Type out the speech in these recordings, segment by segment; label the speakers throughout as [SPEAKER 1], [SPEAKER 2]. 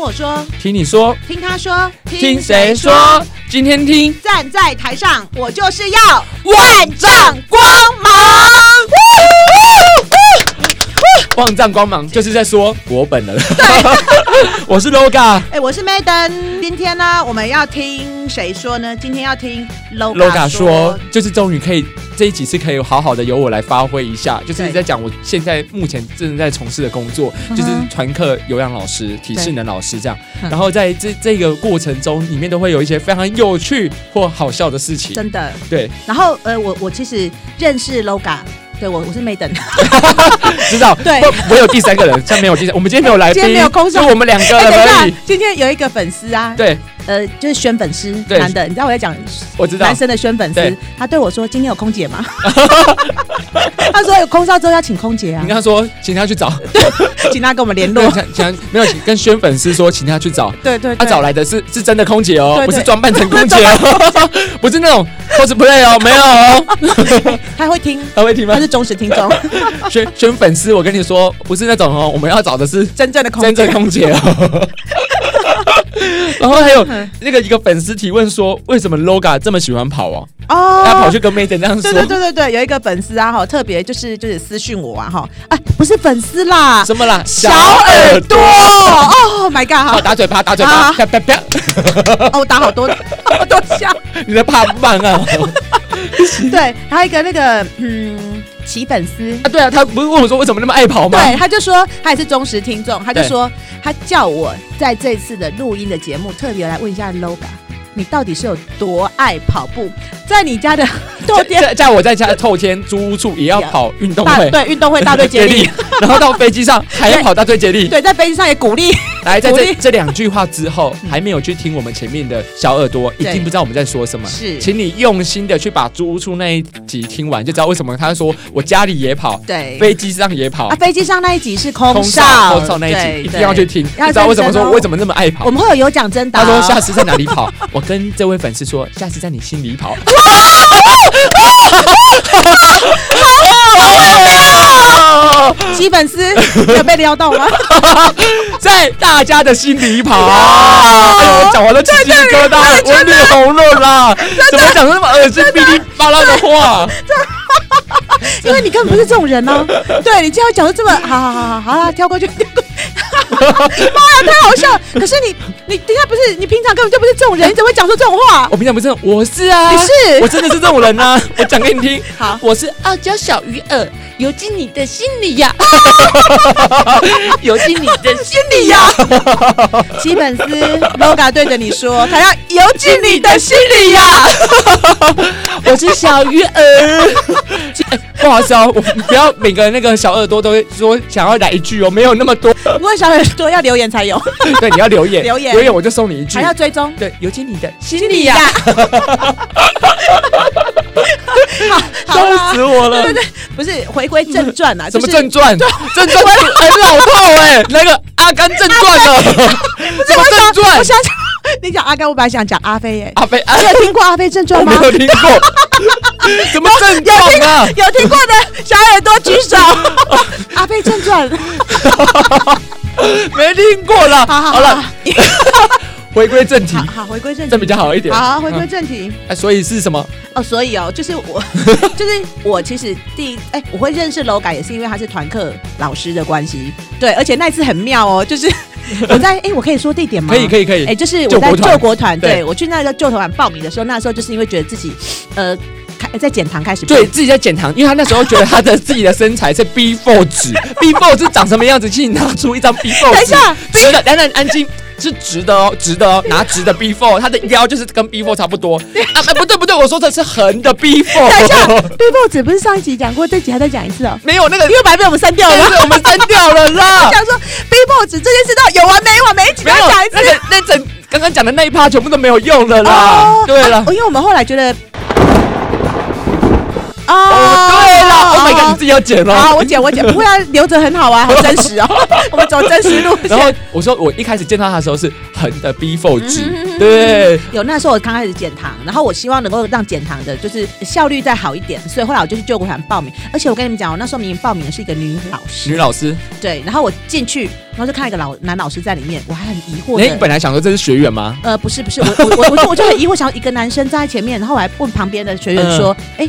[SPEAKER 1] 我说，
[SPEAKER 2] 听你说，
[SPEAKER 1] 听他说，
[SPEAKER 2] 听谁说？今天听
[SPEAKER 1] 站在台上，我就是要
[SPEAKER 2] 万丈
[SPEAKER 1] 光芒。
[SPEAKER 2] 万丈光芒，就是在说我本人。 我是 LOGA，
[SPEAKER 1] 哎、我是 Maiden，今天呢，我们要听谁说呢？今天要听 LOGA,
[SPEAKER 2] LOGA 说，就是终于可以这一集是可以好好的由我来发挥一下，就是
[SPEAKER 1] 对
[SPEAKER 2] 在讲我现在目前正在从事的工作，
[SPEAKER 1] 嗯哼
[SPEAKER 2] 就是团课有氧老师、体适能老师这样。
[SPEAKER 1] 嗯
[SPEAKER 2] 然后在这这个过程中，里面都会有一些非常有趣或好笑的事情。
[SPEAKER 1] 真的。
[SPEAKER 2] 对，
[SPEAKER 1] 然后呃，我我其实认识 LOGA，对我我是 Maiden，
[SPEAKER 2] 知道。
[SPEAKER 1] 对
[SPEAKER 2] 不，我有第三个人，现在没有第三，我们今天没有来宾，
[SPEAKER 1] 今天没有空
[SPEAKER 2] 就
[SPEAKER 1] 上
[SPEAKER 2] 我们两个
[SPEAKER 1] 哎、
[SPEAKER 2] 人而
[SPEAKER 1] 等一
[SPEAKER 2] 已
[SPEAKER 1] 下。，今天有一个粉丝啊，
[SPEAKER 2] 呃对，
[SPEAKER 1] 呃，就是宣粉丝，
[SPEAKER 2] 对
[SPEAKER 1] 男的，你知道我在讲
[SPEAKER 2] 我知道
[SPEAKER 1] 男。生的宣粉丝
[SPEAKER 2] 对，
[SPEAKER 1] 他对我说：“今天有空姐 吗？”他说：“有空少之后要请空姐啊
[SPEAKER 2] 你跟，他说，请他去找，
[SPEAKER 1] 请他跟我们联络
[SPEAKER 2] 对。请请他没有请跟宣粉丝说，请他去找。”
[SPEAKER 1] 对对，
[SPEAKER 2] 他
[SPEAKER 1] 对
[SPEAKER 2] 找来的是是真的空姐哦，
[SPEAKER 1] 对对
[SPEAKER 2] 不是装扮成空姐 哦，不是那种 cosplay 哦，没有哦。
[SPEAKER 1] 他会听，
[SPEAKER 2] 他会听吗
[SPEAKER 1] 他？是忠实听 众，
[SPEAKER 2] 选选粉丝，我跟你说，不是那种哦，我们要找的是
[SPEAKER 1] 真正的空
[SPEAKER 2] 真
[SPEAKER 1] 姐
[SPEAKER 2] 正。空 姐哦。然后还有
[SPEAKER 1] 嗯
[SPEAKER 2] 那个一个粉丝提问说，为什么 LOGA 这么喜欢跑哦？
[SPEAKER 1] 哦，
[SPEAKER 2] 他跑去跟 Maiden 这样
[SPEAKER 1] 对对
[SPEAKER 2] 说，
[SPEAKER 1] 对对对，有一个粉丝啊哈，特别就是就是私讯我啊哈，哎，不是粉丝啦，
[SPEAKER 2] 什么啦？
[SPEAKER 1] 小耳朵。 哦 oh，My
[SPEAKER 2] 好，
[SPEAKER 1] God
[SPEAKER 2] 打嘴巴，打嘴
[SPEAKER 1] 好
[SPEAKER 2] 巴，
[SPEAKER 1] 好
[SPEAKER 2] 啪啪啪！
[SPEAKER 1] 哈，哦，我打好多好多下。
[SPEAKER 2] 你的怕不怕啊？
[SPEAKER 1] 对，还有一个那个嗯，奇粉丝，
[SPEAKER 2] 啊，对啊，他不是问我说为什么那么爱跑吗？
[SPEAKER 1] 对，他就说他也是忠实听众，他就
[SPEAKER 2] 对
[SPEAKER 1] 说他叫我在这次的录音的节目特别来问一下 LOGA，你到底是有多爱跑步？在你 家的透天
[SPEAKER 2] 在在我在家透天租屋处也要
[SPEAKER 1] 也要
[SPEAKER 2] 跑运动
[SPEAKER 1] 大
[SPEAKER 2] 会，
[SPEAKER 1] 对运动会大队 接力，，
[SPEAKER 2] 然后到飞机上还要跑大队接力。
[SPEAKER 1] 对，在飞机上也鼓励，
[SPEAKER 2] 来，在
[SPEAKER 1] 鼓励
[SPEAKER 2] 这这两句话之后
[SPEAKER 1] 嗯，
[SPEAKER 2] 还没有去听我们前面的小耳朵，一
[SPEAKER 1] 对
[SPEAKER 2] 定不知道我们在说什么。
[SPEAKER 1] 是
[SPEAKER 2] 请你用心的去把租屋处那一集听完，就知道为什么他说我家里也跑，
[SPEAKER 1] 对。
[SPEAKER 2] 飞机上也跑
[SPEAKER 1] 啊，，飞机上那一集是空
[SPEAKER 2] 少
[SPEAKER 1] 少，
[SPEAKER 2] 空少那一
[SPEAKER 1] 对
[SPEAKER 2] 集一定
[SPEAKER 1] 对
[SPEAKER 2] 要去听，
[SPEAKER 1] 要
[SPEAKER 2] 就知道为什么
[SPEAKER 1] 认真
[SPEAKER 2] 说
[SPEAKER 1] 哦
[SPEAKER 2] 为什么那么爱
[SPEAKER 1] 我
[SPEAKER 2] 跑。
[SPEAKER 1] 们会有有奖征答
[SPEAKER 2] 他
[SPEAKER 1] 哦。
[SPEAKER 2] 说下次在哪里跑？ 我跟这位粉丝说，下次在你心 里跑。好
[SPEAKER 1] 基粉丝有被撩到吗？
[SPEAKER 2] 在大家的心里跑。哎呦，我讲完了起鸡皮疙瘩，我脸红了啦！怎么讲那么恶心、哔哩吧啦的话？
[SPEAKER 1] 因为你根本不是这种人哦。对你这样讲的这么，好好好好好啦，跳过去。跳过妈呀，太好笑了！可是你，你等一下不是你平常根本就不是这种人，你怎么会讲出这种话？
[SPEAKER 2] 我平常不是这种，我是啊，
[SPEAKER 1] 你是
[SPEAKER 2] 我真的是这种 人啊！我讲给你听，
[SPEAKER 1] 好
[SPEAKER 2] 我是傲娇小鱼儿，游进你的心里 呀，游进你的心里呀，
[SPEAKER 1] 基粉丝 LOGA 对着你说，他要游进你的心里 呀、
[SPEAKER 2] 我是小鱼儿。 哎不好意思哦，我不要每个那个小耳朵都会说想要来一句哦，没有那么多。
[SPEAKER 1] 不过小耳朵要留言才有，
[SPEAKER 2] 对，你要留言，
[SPEAKER 1] 留言
[SPEAKER 2] 留言我就送你一句
[SPEAKER 1] 还。要追踪。
[SPEAKER 2] 对，尤其你的
[SPEAKER 1] 心
[SPEAKER 2] 心
[SPEAKER 1] 里
[SPEAKER 2] 里
[SPEAKER 1] 呀
[SPEAKER 2] 呀、、
[SPEAKER 1] 好好啦
[SPEAKER 2] 笑死我了
[SPEAKER 1] 对。对，不是回归正传啊，
[SPEAKER 2] 什么
[SPEAKER 1] 就是
[SPEAKER 2] 正传？正传很老套哎、那个《阿甘正传》了。什么正
[SPEAKER 1] 我
[SPEAKER 2] 传？
[SPEAKER 1] 想讲， 你讲阿甘，我本来想讲阿飞耶、
[SPEAKER 2] 阿飞，啊
[SPEAKER 1] 你有听过《阿飞正传
[SPEAKER 2] 我》没
[SPEAKER 1] 吗？
[SPEAKER 2] 有听过。什么正传啊？
[SPEAKER 1] 有听过的小耳朵举手。 阿飞正传，
[SPEAKER 2] 没听过啦。
[SPEAKER 1] 好好
[SPEAKER 2] 好了，，回归正题
[SPEAKER 1] 好，好回归正
[SPEAKER 2] 这
[SPEAKER 1] 题
[SPEAKER 2] 比。较好一点。
[SPEAKER 1] 好，回归
[SPEAKER 2] 嗯
[SPEAKER 1] 正题
[SPEAKER 2] 哎所以是什么？
[SPEAKER 1] 哦。所以哦，就是我， 就是我，其实第一，哎、我会认识楼改也是因为他是团课老师的关系。对，而且那一次很妙哦， 就是我在，哎、我可以说地点吗？
[SPEAKER 2] 可以，可以，可以
[SPEAKER 1] 哎、。就是我
[SPEAKER 2] 救
[SPEAKER 1] 在
[SPEAKER 2] 国团
[SPEAKER 1] 救国团，对
[SPEAKER 2] 对
[SPEAKER 1] 我去那个救国团报名的时候，那时候就是因为觉得自己，呃，开在减糖开始，
[SPEAKER 2] 对，自己在减糖，因为他那时候觉得他的自己的身材是 B4 值，B4 值长什么样子？请你拿出一张 B4
[SPEAKER 1] 等一
[SPEAKER 2] 值
[SPEAKER 1] 下，
[SPEAKER 2] 直的，等等，安静。是直的哦，直的哦，拿直的 B4，他的腰就是跟 B4 差不多。啊，啊不对不对，我说的是横的 B4。
[SPEAKER 1] 等一 下，对报纸不是上一集讲过，这集还在讲一次哦，
[SPEAKER 2] 没有那个
[SPEAKER 1] 因，为白被我们删掉了
[SPEAKER 2] 但。是我们删掉了啦。
[SPEAKER 1] 讲说 b i l b o a d 这件事到底有完没完，每一集都
[SPEAKER 2] 没
[SPEAKER 1] 要
[SPEAKER 2] 有
[SPEAKER 1] 讲一次。
[SPEAKER 2] 那个那整刚刚讲的那一趴全部都没有用了啦。
[SPEAKER 1] 哦
[SPEAKER 2] 对了
[SPEAKER 1] 啊，因为我们后来觉得
[SPEAKER 2] 哦，对了，Oh my god，你自己要剪了。
[SPEAKER 1] 哦好，我剪我 剪，不会啊，留着很好玩，好真实哦。我们走真实路
[SPEAKER 2] 然后
[SPEAKER 1] 线。
[SPEAKER 2] 我说，我一开始见到他的时候是横的 B four 值
[SPEAKER 1] 嗯哼哼，
[SPEAKER 2] 对，
[SPEAKER 1] 有那时候我刚开始减糖，然后我希望能够让减糖的就是效率再好一点，所以后来我就去救国团报名。而且我跟你们讲，我那时候明明报名的是一个女老
[SPEAKER 2] 女
[SPEAKER 1] 师，
[SPEAKER 2] 老师，
[SPEAKER 1] 对，然后我进去，然后就看到一个老男老师在里面，我还很疑惑
[SPEAKER 2] 哎，你
[SPEAKER 1] 的。
[SPEAKER 2] 本来想说这是学员吗？
[SPEAKER 1] 呃，不是不是，我我我我就我就很疑惑，想要一个男生站在前面，然后我还问旁边的学员说：“哎、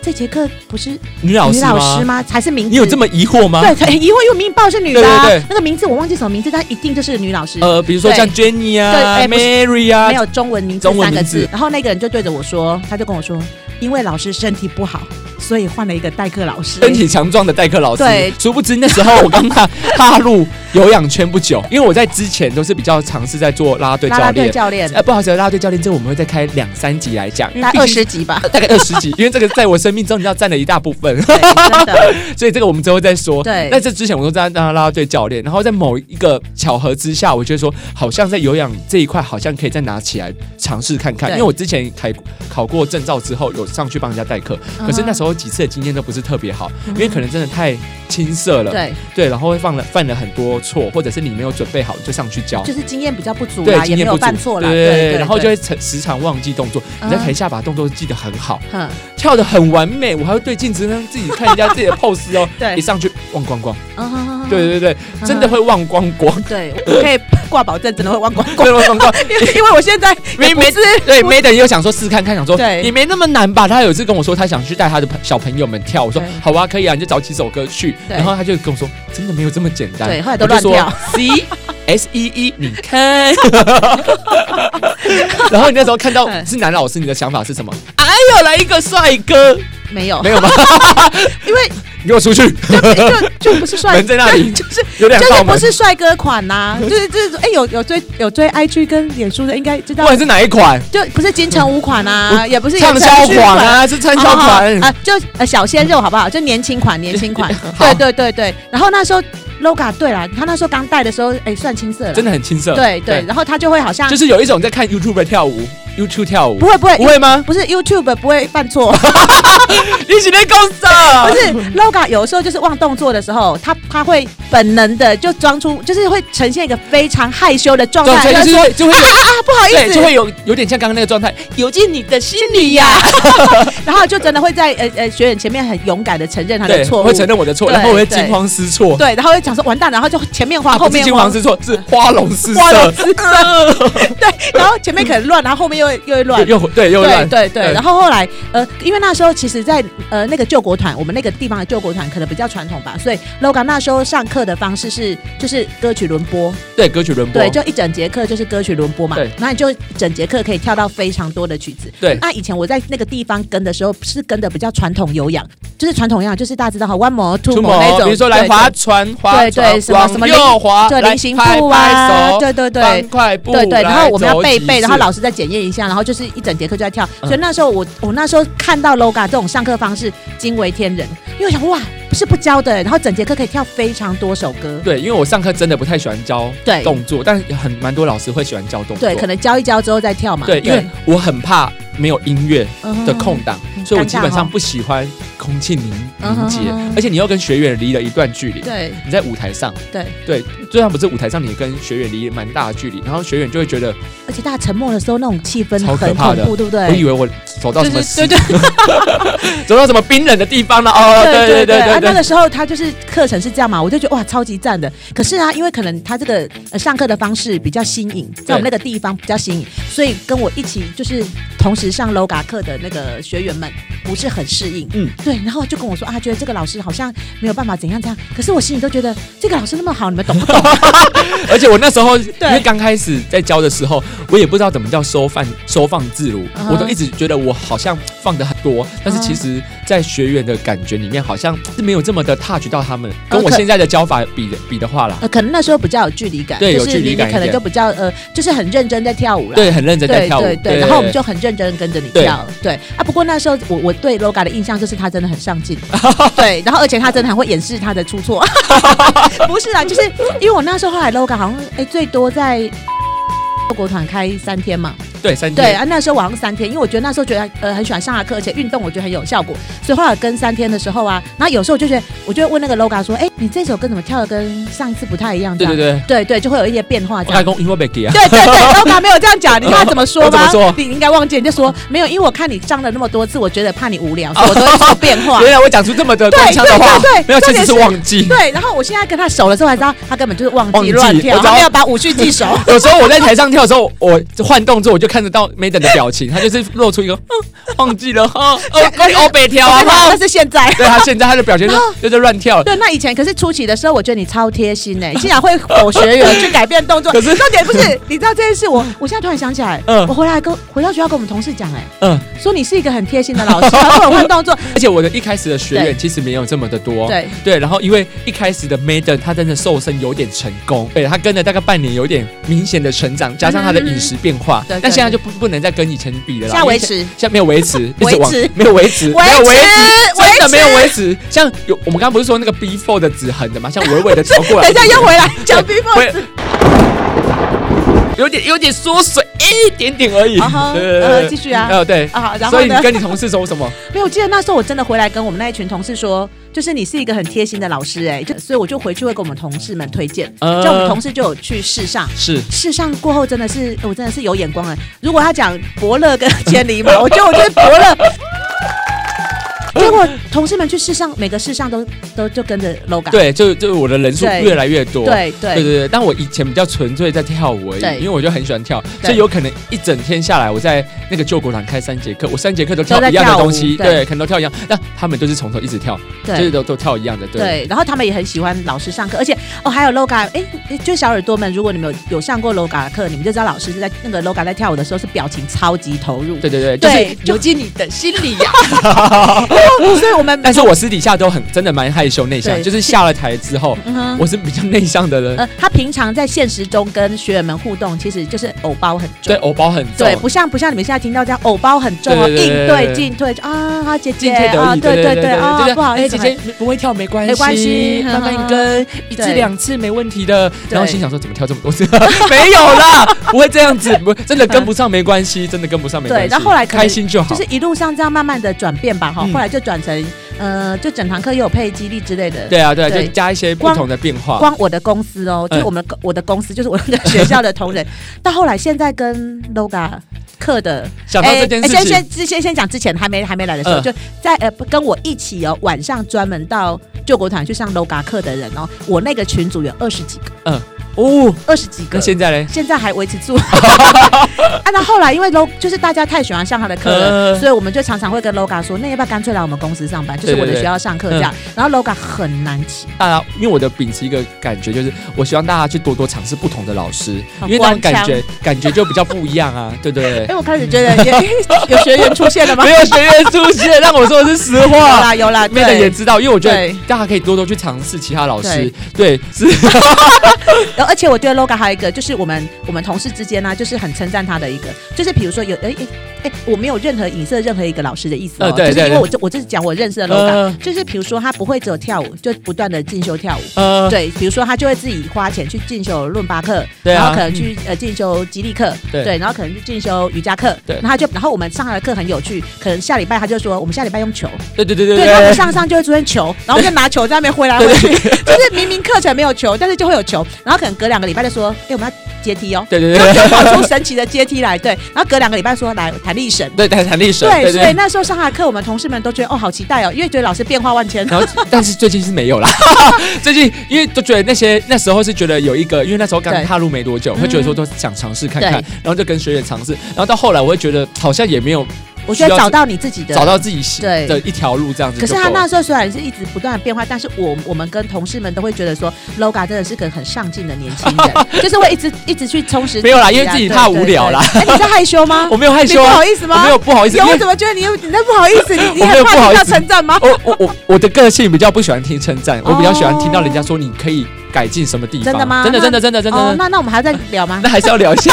[SPEAKER 1] 这节课不是
[SPEAKER 2] 女老
[SPEAKER 1] 女
[SPEAKER 2] 嗯师
[SPEAKER 1] 老师
[SPEAKER 2] 吗？
[SPEAKER 1] 吗？还是名字？
[SPEAKER 2] 你有这么疑惑吗？
[SPEAKER 1] 对， 很疑惑，因为明明报是女的、啊，
[SPEAKER 2] 对对对
[SPEAKER 1] 那个名字我忘记什么名字，但一定就是女老师，
[SPEAKER 2] 呃，比如说像 Jenny
[SPEAKER 1] 对
[SPEAKER 2] 啊、
[SPEAKER 1] 哎不是
[SPEAKER 2] Mary 啊
[SPEAKER 1] 没，有中文名字
[SPEAKER 2] 中文
[SPEAKER 1] 三个
[SPEAKER 2] 名字
[SPEAKER 1] 字。然后那个人就对着我说，他就跟我说，因为老师身体不好，所以换了一个代课老师。
[SPEAKER 2] 身体强壮的代课老师。
[SPEAKER 1] 对
[SPEAKER 2] 殊不知那时候我刚踏踏入有氧圈不久，因为我在之前都是比较尝试在做啦啦队
[SPEAKER 1] 拉
[SPEAKER 2] 教
[SPEAKER 1] 拉队
[SPEAKER 2] 练。
[SPEAKER 1] 教练，
[SPEAKER 2] 呃，不好意思，啦啦队教练这我们会再开两三集来讲，因为
[SPEAKER 1] 大概
[SPEAKER 2] 毕
[SPEAKER 1] 二
[SPEAKER 2] 竟
[SPEAKER 1] 十集吧，
[SPEAKER 2] 大概二十集，因为这个在我生命中你知道占了一大部分，
[SPEAKER 1] 对， 真的，
[SPEAKER 2] 所以这个我们之后再说。
[SPEAKER 1] 对
[SPEAKER 2] 那这之前我都在当啦啦队教练，然后在某一个巧合之下，我觉得说好像在有氧这一块好像可以再拿起来尝试看看，
[SPEAKER 1] 对
[SPEAKER 2] 因为我之前考考过证照之后有上去帮人家代课，
[SPEAKER 1] 嗯
[SPEAKER 2] 可是那时候几次的经验都不是特别好，因为可能真的太青涩了，
[SPEAKER 1] 对，
[SPEAKER 2] 对然后会犯了犯了很多错，或者是你没有准备好就上去教。
[SPEAKER 1] 就是经验比较不足
[SPEAKER 2] 对
[SPEAKER 1] 啦，，也
[SPEAKER 2] 经
[SPEAKER 1] 没
[SPEAKER 2] 验
[SPEAKER 1] 有
[SPEAKER 2] 不足
[SPEAKER 1] 犯错啦，
[SPEAKER 2] 对
[SPEAKER 1] 对，对
[SPEAKER 2] 然后就
[SPEAKER 1] 对
[SPEAKER 2] 会常时常忘记动作。你在台下把动作记得很好，
[SPEAKER 1] 嗯，
[SPEAKER 2] 跳得很完美，我还会对镜子让自己看一下 自己的 pose 哦。
[SPEAKER 1] 对
[SPEAKER 2] 一上去忘光光，
[SPEAKER 1] 啊，
[SPEAKER 2] 对对对，真的会忘光光，
[SPEAKER 1] 对，我可以挂保证，真的会忘光光，
[SPEAKER 2] 对忘光光。
[SPEAKER 1] 因为因为我现在
[SPEAKER 2] 没
[SPEAKER 1] 也不
[SPEAKER 2] 没
[SPEAKER 1] 是
[SPEAKER 2] 对，Maden 又想说试看看，想说
[SPEAKER 1] 对
[SPEAKER 2] 也没那么难吧。他有一次跟我说，他想去带他的朋小朋友们跳，我说
[SPEAKER 1] 对
[SPEAKER 2] 好啊，可以啊，你就找几首歌去。
[SPEAKER 1] 对
[SPEAKER 2] 然后他就跟我说，真的没有这么简单。
[SPEAKER 1] 对后来
[SPEAKER 2] 我
[SPEAKER 1] 都
[SPEAKER 2] 就
[SPEAKER 1] 乱
[SPEAKER 2] 说
[SPEAKER 1] 跳
[SPEAKER 2] C S E E，你看。然后你那时候 看到
[SPEAKER 1] 嗯
[SPEAKER 2] 是男老师，你的想法 是什么？哎呦，来一个帅哥，
[SPEAKER 1] 没有
[SPEAKER 2] 没，有吗？
[SPEAKER 1] 因为哎
[SPEAKER 2] 你给我出去，
[SPEAKER 1] 就就就不是帅，
[SPEAKER 2] 门在那里
[SPEAKER 1] 对 就是
[SPEAKER 2] 有两
[SPEAKER 1] 就是
[SPEAKER 2] 道
[SPEAKER 1] 不
[SPEAKER 2] 门。
[SPEAKER 1] 是帅哥款呐、就是就是哎、有有追有追 IG 跟脸书的应该知
[SPEAKER 2] 不
[SPEAKER 1] 道，
[SPEAKER 2] 管是哪一款，
[SPEAKER 1] 就不是金城武款啊，也不是
[SPEAKER 2] 畅销款啊，是畅
[SPEAKER 1] 陈
[SPEAKER 2] 销款。，
[SPEAKER 1] 啊，就呃小鲜肉好不好？就年轻款，年轻款 对对对对。然后那时候 LOGA 对啦，他那时候刚戴的时候，哎、算青涩了，
[SPEAKER 2] 真的很青涩。
[SPEAKER 1] 对对。，然后他就会好像
[SPEAKER 2] 就是有一种在看 YouTube 跳舞，YouTube 跳舞
[SPEAKER 1] 啊不，会不会
[SPEAKER 2] 不会吗？
[SPEAKER 1] 不是 YouTube 不会犯错，
[SPEAKER 2] 你是在公司啊？
[SPEAKER 1] 不是 LOGA 有时候就是忘动作的时候，他他会本能的就装出，就是会呈现一个非常害羞的状
[SPEAKER 2] 状
[SPEAKER 1] 态，
[SPEAKER 2] 态
[SPEAKER 1] 就是
[SPEAKER 2] 就
[SPEAKER 1] 是说
[SPEAKER 2] 会就会有，
[SPEAKER 1] 啊不好意
[SPEAKER 2] 对，
[SPEAKER 1] 思，
[SPEAKER 2] 就会有有点像刚刚那个状态，有进你的心里呀。
[SPEAKER 1] 然后就真的会在呃呃学员前面很勇敢的承认他的
[SPEAKER 2] 对，
[SPEAKER 1] 错
[SPEAKER 2] 我
[SPEAKER 1] 误，
[SPEAKER 2] 会承认我的错，
[SPEAKER 1] 对
[SPEAKER 2] 然后我会惊慌失措。
[SPEAKER 1] 对，然后会讲说完蛋，然后就前面
[SPEAKER 2] 啊
[SPEAKER 1] 花，后
[SPEAKER 2] 不是
[SPEAKER 1] 面
[SPEAKER 2] 惊
[SPEAKER 1] 花
[SPEAKER 2] 慌，失措，是花容失
[SPEAKER 1] 花容
[SPEAKER 2] 色，
[SPEAKER 1] 失色， 对，然后前面可能乱，然后后面又会又会乱。
[SPEAKER 2] 又对又
[SPEAKER 1] 对
[SPEAKER 2] 乱。
[SPEAKER 1] 对对，
[SPEAKER 2] 对
[SPEAKER 1] 然后后来呃，因为那时候其实在，呃那个救国团，我们那个地方的救国团可能比较传统吧，所以 LOGA 那时候上课的方式是 就是歌曲轮播，
[SPEAKER 2] 对，歌曲轮播
[SPEAKER 1] 对，，就一整节课就是歌曲轮播嘛
[SPEAKER 2] 对，
[SPEAKER 1] 那你就整节课可以跳到非常多的曲子。
[SPEAKER 2] 对
[SPEAKER 1] 那以前我在那个地方跟的时候，是跟的比较传统有氧，就是传统有氧，就是大家知道哈，one more two
[SPEAKER 2] 出
[SPEAKER 1] more 那
[SPEAKER 2] 门，
[SPEAKER 1] 种，
[SPEAKER 2] 比如说来
[SPEAKER 1] 对
[SPEAKER 2] 划船，划
[SPEAKER 1] 对
[SPEAKER 2] 船
[SPEAKER 1] 对什么
[SPEAKER 2] 往
[SPEAKER 1] 什么
[SPEAKER 2] 右滑，
[SPEAKER 1] 对
[SPEAKER 2] 来
[SPEAKER 1] 菱形
[SPEAKER 2] 拍
[SPEAKER 1] 步
[SPEAKER 2] 拍
[SPEAKER 1] 啊
[SPEAKER 2] 手，
[SPEAKER 1] 对对对
[SPEAKER 2] 方。块步，
[SPEAKER 1] 对对，然
[SPEAKER 2] 来
[SPEAKER 1] 后我们要
[SPEAKER 2] 走
[SPEAKER 1] 背
[SPEAKER 2] 几
[SPEAKER 1] 背，然后
[SPEAKER 2] 次
[SPEAKER 1] 老师再检验一下，然后就是一整节课就在跳。
[SPEAKER 2] 嗯
[SPEAKER 1] 所以那时候我我那时候看到 LOGA 这种上课方式惊为天人，因为我想哇不是不教的，然后整节课可以跳非常多首歌。
[SPEAKER 2] 对，因为我上课真的不太喜欢教
[SPEAKER 1] 对
[SPEAKER 2] 动作，但是很蛮多老师会喜欢教动作。
[SPEAKER 1] 对，可能教一教之后再跳嘛。
[SPEAKER 2] 对，因为我很怕没有音乐的空档，
[SPEAKER 1] 嗯
[SPEAKER 2] 所以我基本
[SPEAKER 1] 尴尬
[SPEAKER 2] 上
[SPEAKER 1] 哦
[SPEAKER 2] 不喜欢空气凝
[SPEAKER 1] 嗯
[SPEAKER 2] 凝
[SPEAKER 1] 哼
[SPEAKER 2] 结
[SPEAKER 1] 嗯哼，
[SPEAKER 2] 而且你又跟学员离了一段距离。
[SPEAKER 1] 对
[SPEAKER 2] 你在舞台上，
[SPEAKER 1] 对，
[SPEAKER 2] 对，就算不是舞台上，你跟学员离蛮大的距离，然后学员就会觉得，
[SPEAKER 1] 而且大家沉默的时候那种气氛
[SPEAKER 2] 超可
[SPEAKER 1] 很
[SPEAKER 2] 怕
[SPEAKER 1] 恐
[SPEAKER 2] 的
[SPEAKER 1] 怖，对不对？
[SPEAKER 2] 我以为我走到什么
[SPEAKER 1] 就是
[SPEAKER 2] 死
[SPEAKER 1] 对对
[SPEAKER 2] 走到什么冰冷的地方了，哦，对对
[SPEAKER 1] 啊
[SPEAKER 2] 对，
[SPEAKER 1] 那
[SPEAKER 2] 对
[SPEAKER 1] 个时候他就是课程是这样嘛，我就觉得哇，超级赞的。可是啊，因为可能他这个、呃、上课的方式比较新颖，在我们那个地方比较新颖，所以跟我一起就是同时上 LOGA 课的那个学员们不是很适应。
[SPEAKER 2] 嗯
[SPEAKER 1] 嗯，对，然后就跟我说啊，觉得这个老师好像没有办法怎样怎样。可是我心里都觉得这个老师那么好，你们懂不懂？
[SPEAKER 2] 而且我那时候因为刚开始在教的时候，我也不知道怎么叫收放收放自如
[SPEAKER 1] 嗯
[SPEAKER 2] 我都一直觉得我好像放的很多，但是其实，在学员的感觉里面，好像是没有这么的 touch 到他们，跟我
[SPEAKER 1] 可
[SPEAKER 2] 现在的教法比的比的话啦，
[SPEAKER 1] 呃，可能那时候比较有距离感，
[SPEAKER 2] 对
[SPEAKER 1] 就
[SPEAKER 2] 有距
[SPEAKER 1] 是
[SPEAKER 2] 离
[SPEAKER 1] 你你
[SPEAKER 2] 感一
[SPEAKER 1] 可能
[SPEAKER 2] 点
[SPEAKER 1] 就比较呃，就是很认真在跳舞啦。
[SPEAKER 2] 对，很认真在
[SPEAKER 1] 对
[SPEAKER 2] 跳舞，
[SPEAKER 1] 对对，然后我们就很认真地跟着你跳，对啊。不过那时候我我对 LOGA 的印象就是他真的很上 进，对，然后而且他真的很会掩饰他的出错，不是啦，就是因为我那时候后来 LOGA 好像哎最多在。国团开三天嘛，
[SPEAKER 2] 对三
[SPEAKER 1] 对
[SPEAKER 2] 天，
[SPEAKER 1] 啊，那时候我好像三天，因为我觉得那时候觉得呃很喜欢上他课，而且运动我觉得很有效果，所以后来跟三天的时候啊，然后有时候我就觉得，我就会问那个 LOGA 说，哎、你这首歌怎么跳的跟上一次不太一样？这
[SPEAKER 2] 对
[SPEAKER 1] 样
[SPEAKER 2] 对对，
[SPEAKER 1] 对对，就会有一些变化
[SPEAKER 2] 我
[SPEAKER 1] 这样
[SPEAKER 2] 老。公因为被给啊，
[SPEAKER 1] 对对 对，LOGA 没有这样讲，你看他怎么说
[SPEAKER 2] 哦我怎
[SPEAKER 1] 吧？
[SPEAKER 2] 么说
[SPEAKER 1] 你你应该忘记，你就说没有，因为我看你上了那么多次，我觉得怕你无 聊，所以我都会做变化。
[SPEAKER 2] 原来我讲出这么的
[SPEAKER 1] 对
[SPEAKER 2] 官腔的话
[SPEAKER 1] 对对对，
[SPEAKER 2] 没有，
[SPEAKER 1] 重
[SPEAKER 2] 其
[SPEAKER 1] 点
[SPEAKER 2] 实是
[SPEAKER 1] 是
[SPEAKER 2] 忘记。
[SPEAKER 1] 对，然后我现在跟他熟了之后才知道，他根本就是忘
[SPEAKER 2] 忘
[SPEAKER 1] 记
[SPEAKER 2] 记
[SPEAKER 1] 乱跳，
[SPEAKER 2] 我只要
[SPEAKER 1] 他没有把舞序记 熟。
[SPEAKER 2] 有时候我在台上跳的时候，我换动作我就看得到 Maiden 的表情，他就是露出一个嗯忘记 了哈，哦，关你欧北跳
[SPEAKER 1] 我
[SPEAKER 2] 啊
[SPEAKER 1] 跟你讲
[SPEAKER 2] 哈
[SPEAKER 1] 那。是现在。
[SPEAKER 2] 对他现在他的表情 就
[SPEAKER 1] 然后
[SPEAKER 2] 就是乱跳了，
[SPEAKER 1] 对，那以前可是初期的时候，我觉得你超贴心呢、竟然会吼学员去改变动作。
[SPEAKER 2] 可是
[SPEAKER 1] 重点不 是，你知道这件事，我我现在突然想起来，
[SPEAKER 2] 嗯
[SPEAKER 1] 我回来跟回到学校跟我们同事讲、
[SPEAKER 2] 嗯。
[SPEAKER 1] 哎，说你是一个很贴心的老 师，然后我换动作，
[SPEAKER 2] 而且我的一开始的学员其实没有这么的多，
[SPEAKER 1] 对
[SPEAKER 2] 然后因为一开始的 Maiden 她真的瘦身有点成功，对她跟了大概半年有点明显的成长，加上她的饮食变化，
[SPEAKER 1] 嗯对对
[SPEAKER 2] 但现在就不不能再跟以前比了啦，
[SPEAKER 1] 下维
[SPEAKER 2] 因为现
[SPEAKER 1] 持。
[SPEAKER 2] 现在没有维持，一直
[SPEAKER 1] 维
[SPEAKER 2] 往
[SPEAKER 1] 持
[SPEAKER 2] 没有维持，
[SPEAKER 1] 维
[SPEAKER 2] 没有维
[SPEAKER 1] 持
[SPEAKER 2] 持，真的
[SPEAKER 1] 维持
[SPEAKER 2] 没有维持。像有我们刚刚不是说那个 before 的指痕的嘛，像微微的调过 来，
[SPEAKER 1] 等一下又回来讲 b
[SPEAKER 2] 对
[SPEAKER 1] e f
[SPEAKER 2] 微有点有点缩水一点点而已，
[SPEAKER 1] 啊哈
[SPEAKER 2] 对对对
[SPEAKER 1] 呃
[SPEAKER 2] 对
[SPEAKER 1] 继续啊
[SPEAKER 2] 呃对，
[SPEAKER 1] 啊，好然后
[SPEAKER 2] 所以你
[SPEAKER 1] 呢？
[SPEAKER 2] 跟你同事说 什么？
[SPEAKER 1] 没有，我记得那时候我真的回来跟我们那一群同事说，就是你是一个很贴心的老师、哎，就所以我就回去会跟我们同事们推荐，
[SPEAKER 2] 呃
[SPEAKER 1] 像我们同事就有去试上，
[SPEAKER 2] 是
[SPEAKER 1] 试上过后真的是，哎我真的是有眼光了。如果他讲伯乐跟千里马，我觉得我就是伯乐。结果同事们去试上，每个试上都都就跟着 LOGA。
[SPEAKER 2] 对，就就我的人数
[SPEAKER 1] 对
[SPEAKER 2] 越来越多，
[SPEAKER 1] 对对
[SPEAKER 2] 对对对，但我以前比较纯粹在跳舞而已
[SPEAKER 1] 对，
[SPEAKER 2] 因为我就很喜欢跳，
[SPEAKER 1] 对
[SPEAKER 2] 所以有可能一整天下来，我在那个救国团开三节课，我三节课都跳
[SPEAKER 1] 都在
[SPEAKER 2] 一样的
[SPEAKER 1] 跳舞
[SPEAKER 2] 东西，
[SPEAKER 1] 对
[SPEAKER 2] 对，可能都跳一样，但他们都是从头一直跳，
[SPEAKER 1] 对
[SPEAKER 2] 就是都都跳一样的，对。
[SPEAKER 1] 对然后他们也很喜欢老师上课，而且哦，还有 LOGA，哎，诶就小耳朵们，如果你们有有上过 LOGA 的课，你们就知道老师是在那个 LOGA 在跳舞的时候是表情超级投入，
[SPEAKER 2] 对对对，就是
[SPEAKER 1] 对，
[SPEAKER 2] 流进你的心啊里呀、
[SPEAKER 1] 所以我们
[SPEAKER 2] 但是我私底下都很真的蛮害羞内向，
[SPEAKER 1] 对
[SPEAKER 2] 就是下了台之后，
[SPEAKER 1] 嗯哼
[SPEAKER 2] 我是比较内向的人，
[SPEAKER 1] 呃，他平常在现实中跟学员们互动，其实就是偶包很重
[SPEAKER 2] 对，。偶包很重
[SPEAKER 1] 对，，不像不像你们现在听到这样，偶包很重哦，
[SPEAKER 2] 对对对
[SPEAKER 1] 应
[SPEAKER 2] 对
[SPEAKER 1] 对
[SPEAKER 2] 对
[SPEAKER 1] 进退就啊，好姐姐
[SPEAKER 2] 进退得
[SPEAKER 1] 啊，
[SPEAKER 2] 意，
[SPEAKER 1] 对
[SPEAKER 2] 对
[SPEAKER 1] 对啊
[SPEAKER 2] 就，是
[SPEAKER 1] 不好意
[SPEAKER 2] 哎
[SPEAKER 1] 思，
[SPEAKER 2] 姐姐不会跳没关系，
[SPEAKER 1] 没关系呵
[SPEAKER 2] 慢
[SPEAKER 1] 呵
[SPEAKER 2] 慢跟，一次
[SPEAKER 1] 对
[SPEAKER 2] 两次没问题的。
[SPEAKER 1] 对
[SPEAKER 2] 然后心想说怎么跳这么多次？ 没有啦，不会这样子，不真的跟不上没关系，真的跟不上没关
[SPEAKER 1] 嗯
[SPEAKER 2] 系。
[SPEAKER 1] 对然后后来可能
[SPEAKER 2] 开心就好，
[SPEAKER 1] 就是一路上这样慢慢的转变吧，哈，
[SPEAKER 2] 嗯
[SPEAKER 1] 后来就转成呃，就整堂课又有配激励之类的。
[SPEAKER 2] 对啊对啊，
[SPEAKER 1] 对
[SPEAKER 2] 就加一些不
[SPEAKER 1] 光
[SPEAKER 2] 同的变化。
[SPEAKER 1] 光我的公司哦，就是
[SPEAKER 2] 嗯
[SPEAKER 1] 我们的我的公司，就是我的学校的 同仁，到后来现在跟 LOGA 课的哎
[SPEAKER 2] 想到这件事
[SPEAKER 1] 先
[SPEAKER 2] 情，
[SPEAKER 1] 先之先先讲之前还没还没来的时候，
[SPEAKER 2] 嗯
[SPEAKER 1] 就在呃不跟我一起哦，晚上专门到救国团去上 LOGA 课的人哦，我那个群组有二十几个，
[SPEAKER 2] 哦，
[SPEAKER 1] 二十几个
[SPEAKER 2] 那。现在嘞？
[SPEAKER 1] 现在还维持 住， 啊，那后来因为 LO 就是大家太喜欢上他的课了，
[SPEAKER 2] 嗯
[SPEAKER 1] 所以我们就常常会跟 LOGA 说，那要不要干脆来我们公司上班，就是我的
[SPEAKER 2] 对对对嗯
[SPEAKER 1] 学校上课这样。然后 LOGA 很难 请，
[SPEAKER 2] 大家，因为我的秉持一个感觉，就是我希望大家去多多尝试不同的老师，
[SPEAKER 1] 好
[SPEAKER 2] 因为那种
[SPEAKER 1] 官腔
[SPEAKER 2] 感觉感觉就比较不一样啊，对不对
[SPEAKER 1] 哎、？我开始觉得也 有学员出现了吗
[SPEAKER 2] 没？有学员出现，让我说的是实
[SPEAKER 1] 有
[SPEAKER 2] 话。
[SPEAKER 1] 啦有啦，
[SPEAKER 2] 妹的也
[SPEAKER 1] 对，
[SPEAKER 2] 知道，因为我觉
[SPEAKER 1] 对
[SPEAKER 2] 得大家可以多多去尝试其他老师，对，是，
[SPEAKER 1] 然后而且我觉得 LOGA 还有一个就是我们我们同事之间呢、就是很称赞他的一个，就是比如说有哎哎哎，我没有任何影射任何一个老师的意思哦，
[SPEAKER 2] 呃对
[SPEAKER 1] 就是因
[SPEAKER 2] 对
[SPEAKER 1] 为
[SPEAKER 2] 对
[SPEAKER 1] 我就我就是讲我认识的 LOGA，、
[SPEAKER 2] 呃
[SPEAKER 1] 就是比如说他不会只有跳舞，就不断的进修跳舞。
[SPEAKER 2] 呃，
[SPEAKER 1] 对，比如说他就会自己花钱去进修论巴课，
[SPEAKER 2] 对啊
[SPEAKER 1] 然后可能去、呃进修吉利课，
[SPEAKER 2] 对
[SPEAKER 1] 然后可能去进修瑜伽课，
[SPEAKER 2] 对
[SPEAKER 1] 然后他就然后我们上他的课很有趣，可能下礼拜他就说我们下礼拜用球，
[SPEAKER 2] 对对对对
[SPEAKER 1] 对，然后我们上上就会出现 球，然后我们就拿球在那边挥来挥去， 就是明明课程没有球，但是就会有球，然后可能隔两个礼拜就 说，哎、我们要阶梯哦，
[SPEAKER 2] 对对
[SPEAKER 1] 然后就
[SPEAKER 2] 对
[SPEAKER 1] 跑出神奇的阶梯来，对，然后隔两个礼拜说来弹力绳。
[SPEAKER 2] 对，弹弹力绳，
[SPEAKER 1] 对，
[SPEAKER 2] 对
[SPEAKER 1] 所以
[SPEAKER 2] 对。
[SPEAKER 1] 那时候上他的课，我们同事们都觉得哦，好期待哦，因为觉得老师变化万 千。
[SPEAKER 2] 然后，但是最近是没 有啦。最近因为都觉得那些那时候是觉得有一个，因为那时候刚
[SPEAKER 1] 对
[SPEAKER 2] 踏入没多久，会觉得说都想尝试看
[SPEAKER 1] 嗯
[SPEAKER 2] 看
[SPEAKER 1] 对，
[SPEAKER 2] 然后就跟学员尝试，然后到后来我会觉得好像也没有
[SPEAKER 1] 我觉
[SPEAKER 2] 需
[SPEAKER 1] 得
[SPEAKER 2] 要
[SPEAKER 1] 找到你自己的
[SPEAKER 2] 找到自己喜
[SPEAKER 1] 对
[SPEAKER 2] 的一条路这样子
[SPEAKER 1] 可
[SPEAKER 2] 就够
[SPEAKER 1] 是
[SPEAKER 2] 了。
[SPEAKER 1] 他那时候虽然是一直不断的变化，但是我我们跟同事们都会觉得说，LOGA 真的是个很上进的年轻 人，就是会一直一直去充实、
[SPEAKER 2] 没有啦因为自己怕无聊啦。？
[SPEAKER 1] 对对对哎，你在害羞吗
[SPEAKER 2] 我没有害羞
[SPEAKER 1] 你不
[SPEAKER 2] 啊
[SPEAKER 1] 好，意思
[SPEAKER 2] 我
[SPEAKER 1] 吗？
[SPEAKER 2] 没有不好意思，因
[SPEAKER 1] 有，我
[SPEAKER 2] 为
[SPEAKER 1] 怎么觉哎得你有你在不好意思？ 你你
[SPEAKER 2] 我没
[SPEAKER 1] 很
[SPEAKER 2] 有不
[SPEAKER 1] 怕
[SPEAKER 2] 好
[SPEAKER 1] 听
[SPEAKER 2] 意
[SPEAKER 1] 到
[SPEAKER 2] 思
[SPEAKER 1] 称赞吗？
[SPEAKER 2] 哦我我我我的个性比较不喜欢听称赞，我比较喜欢听到人家说你可以改进什么地方。
[SPEAKER 1] 哦真的吗
[SPEAKER 2] 真的
[SPEAKER 1] 那
[SPEAKER 2] 真的真的真
[SPEAKER 1] 哦，
[SPEAKER 2] 的。
[SPEAKER 1] 那那我们还要再聊吗
[SPEAKER 2] 那？还是要聊一下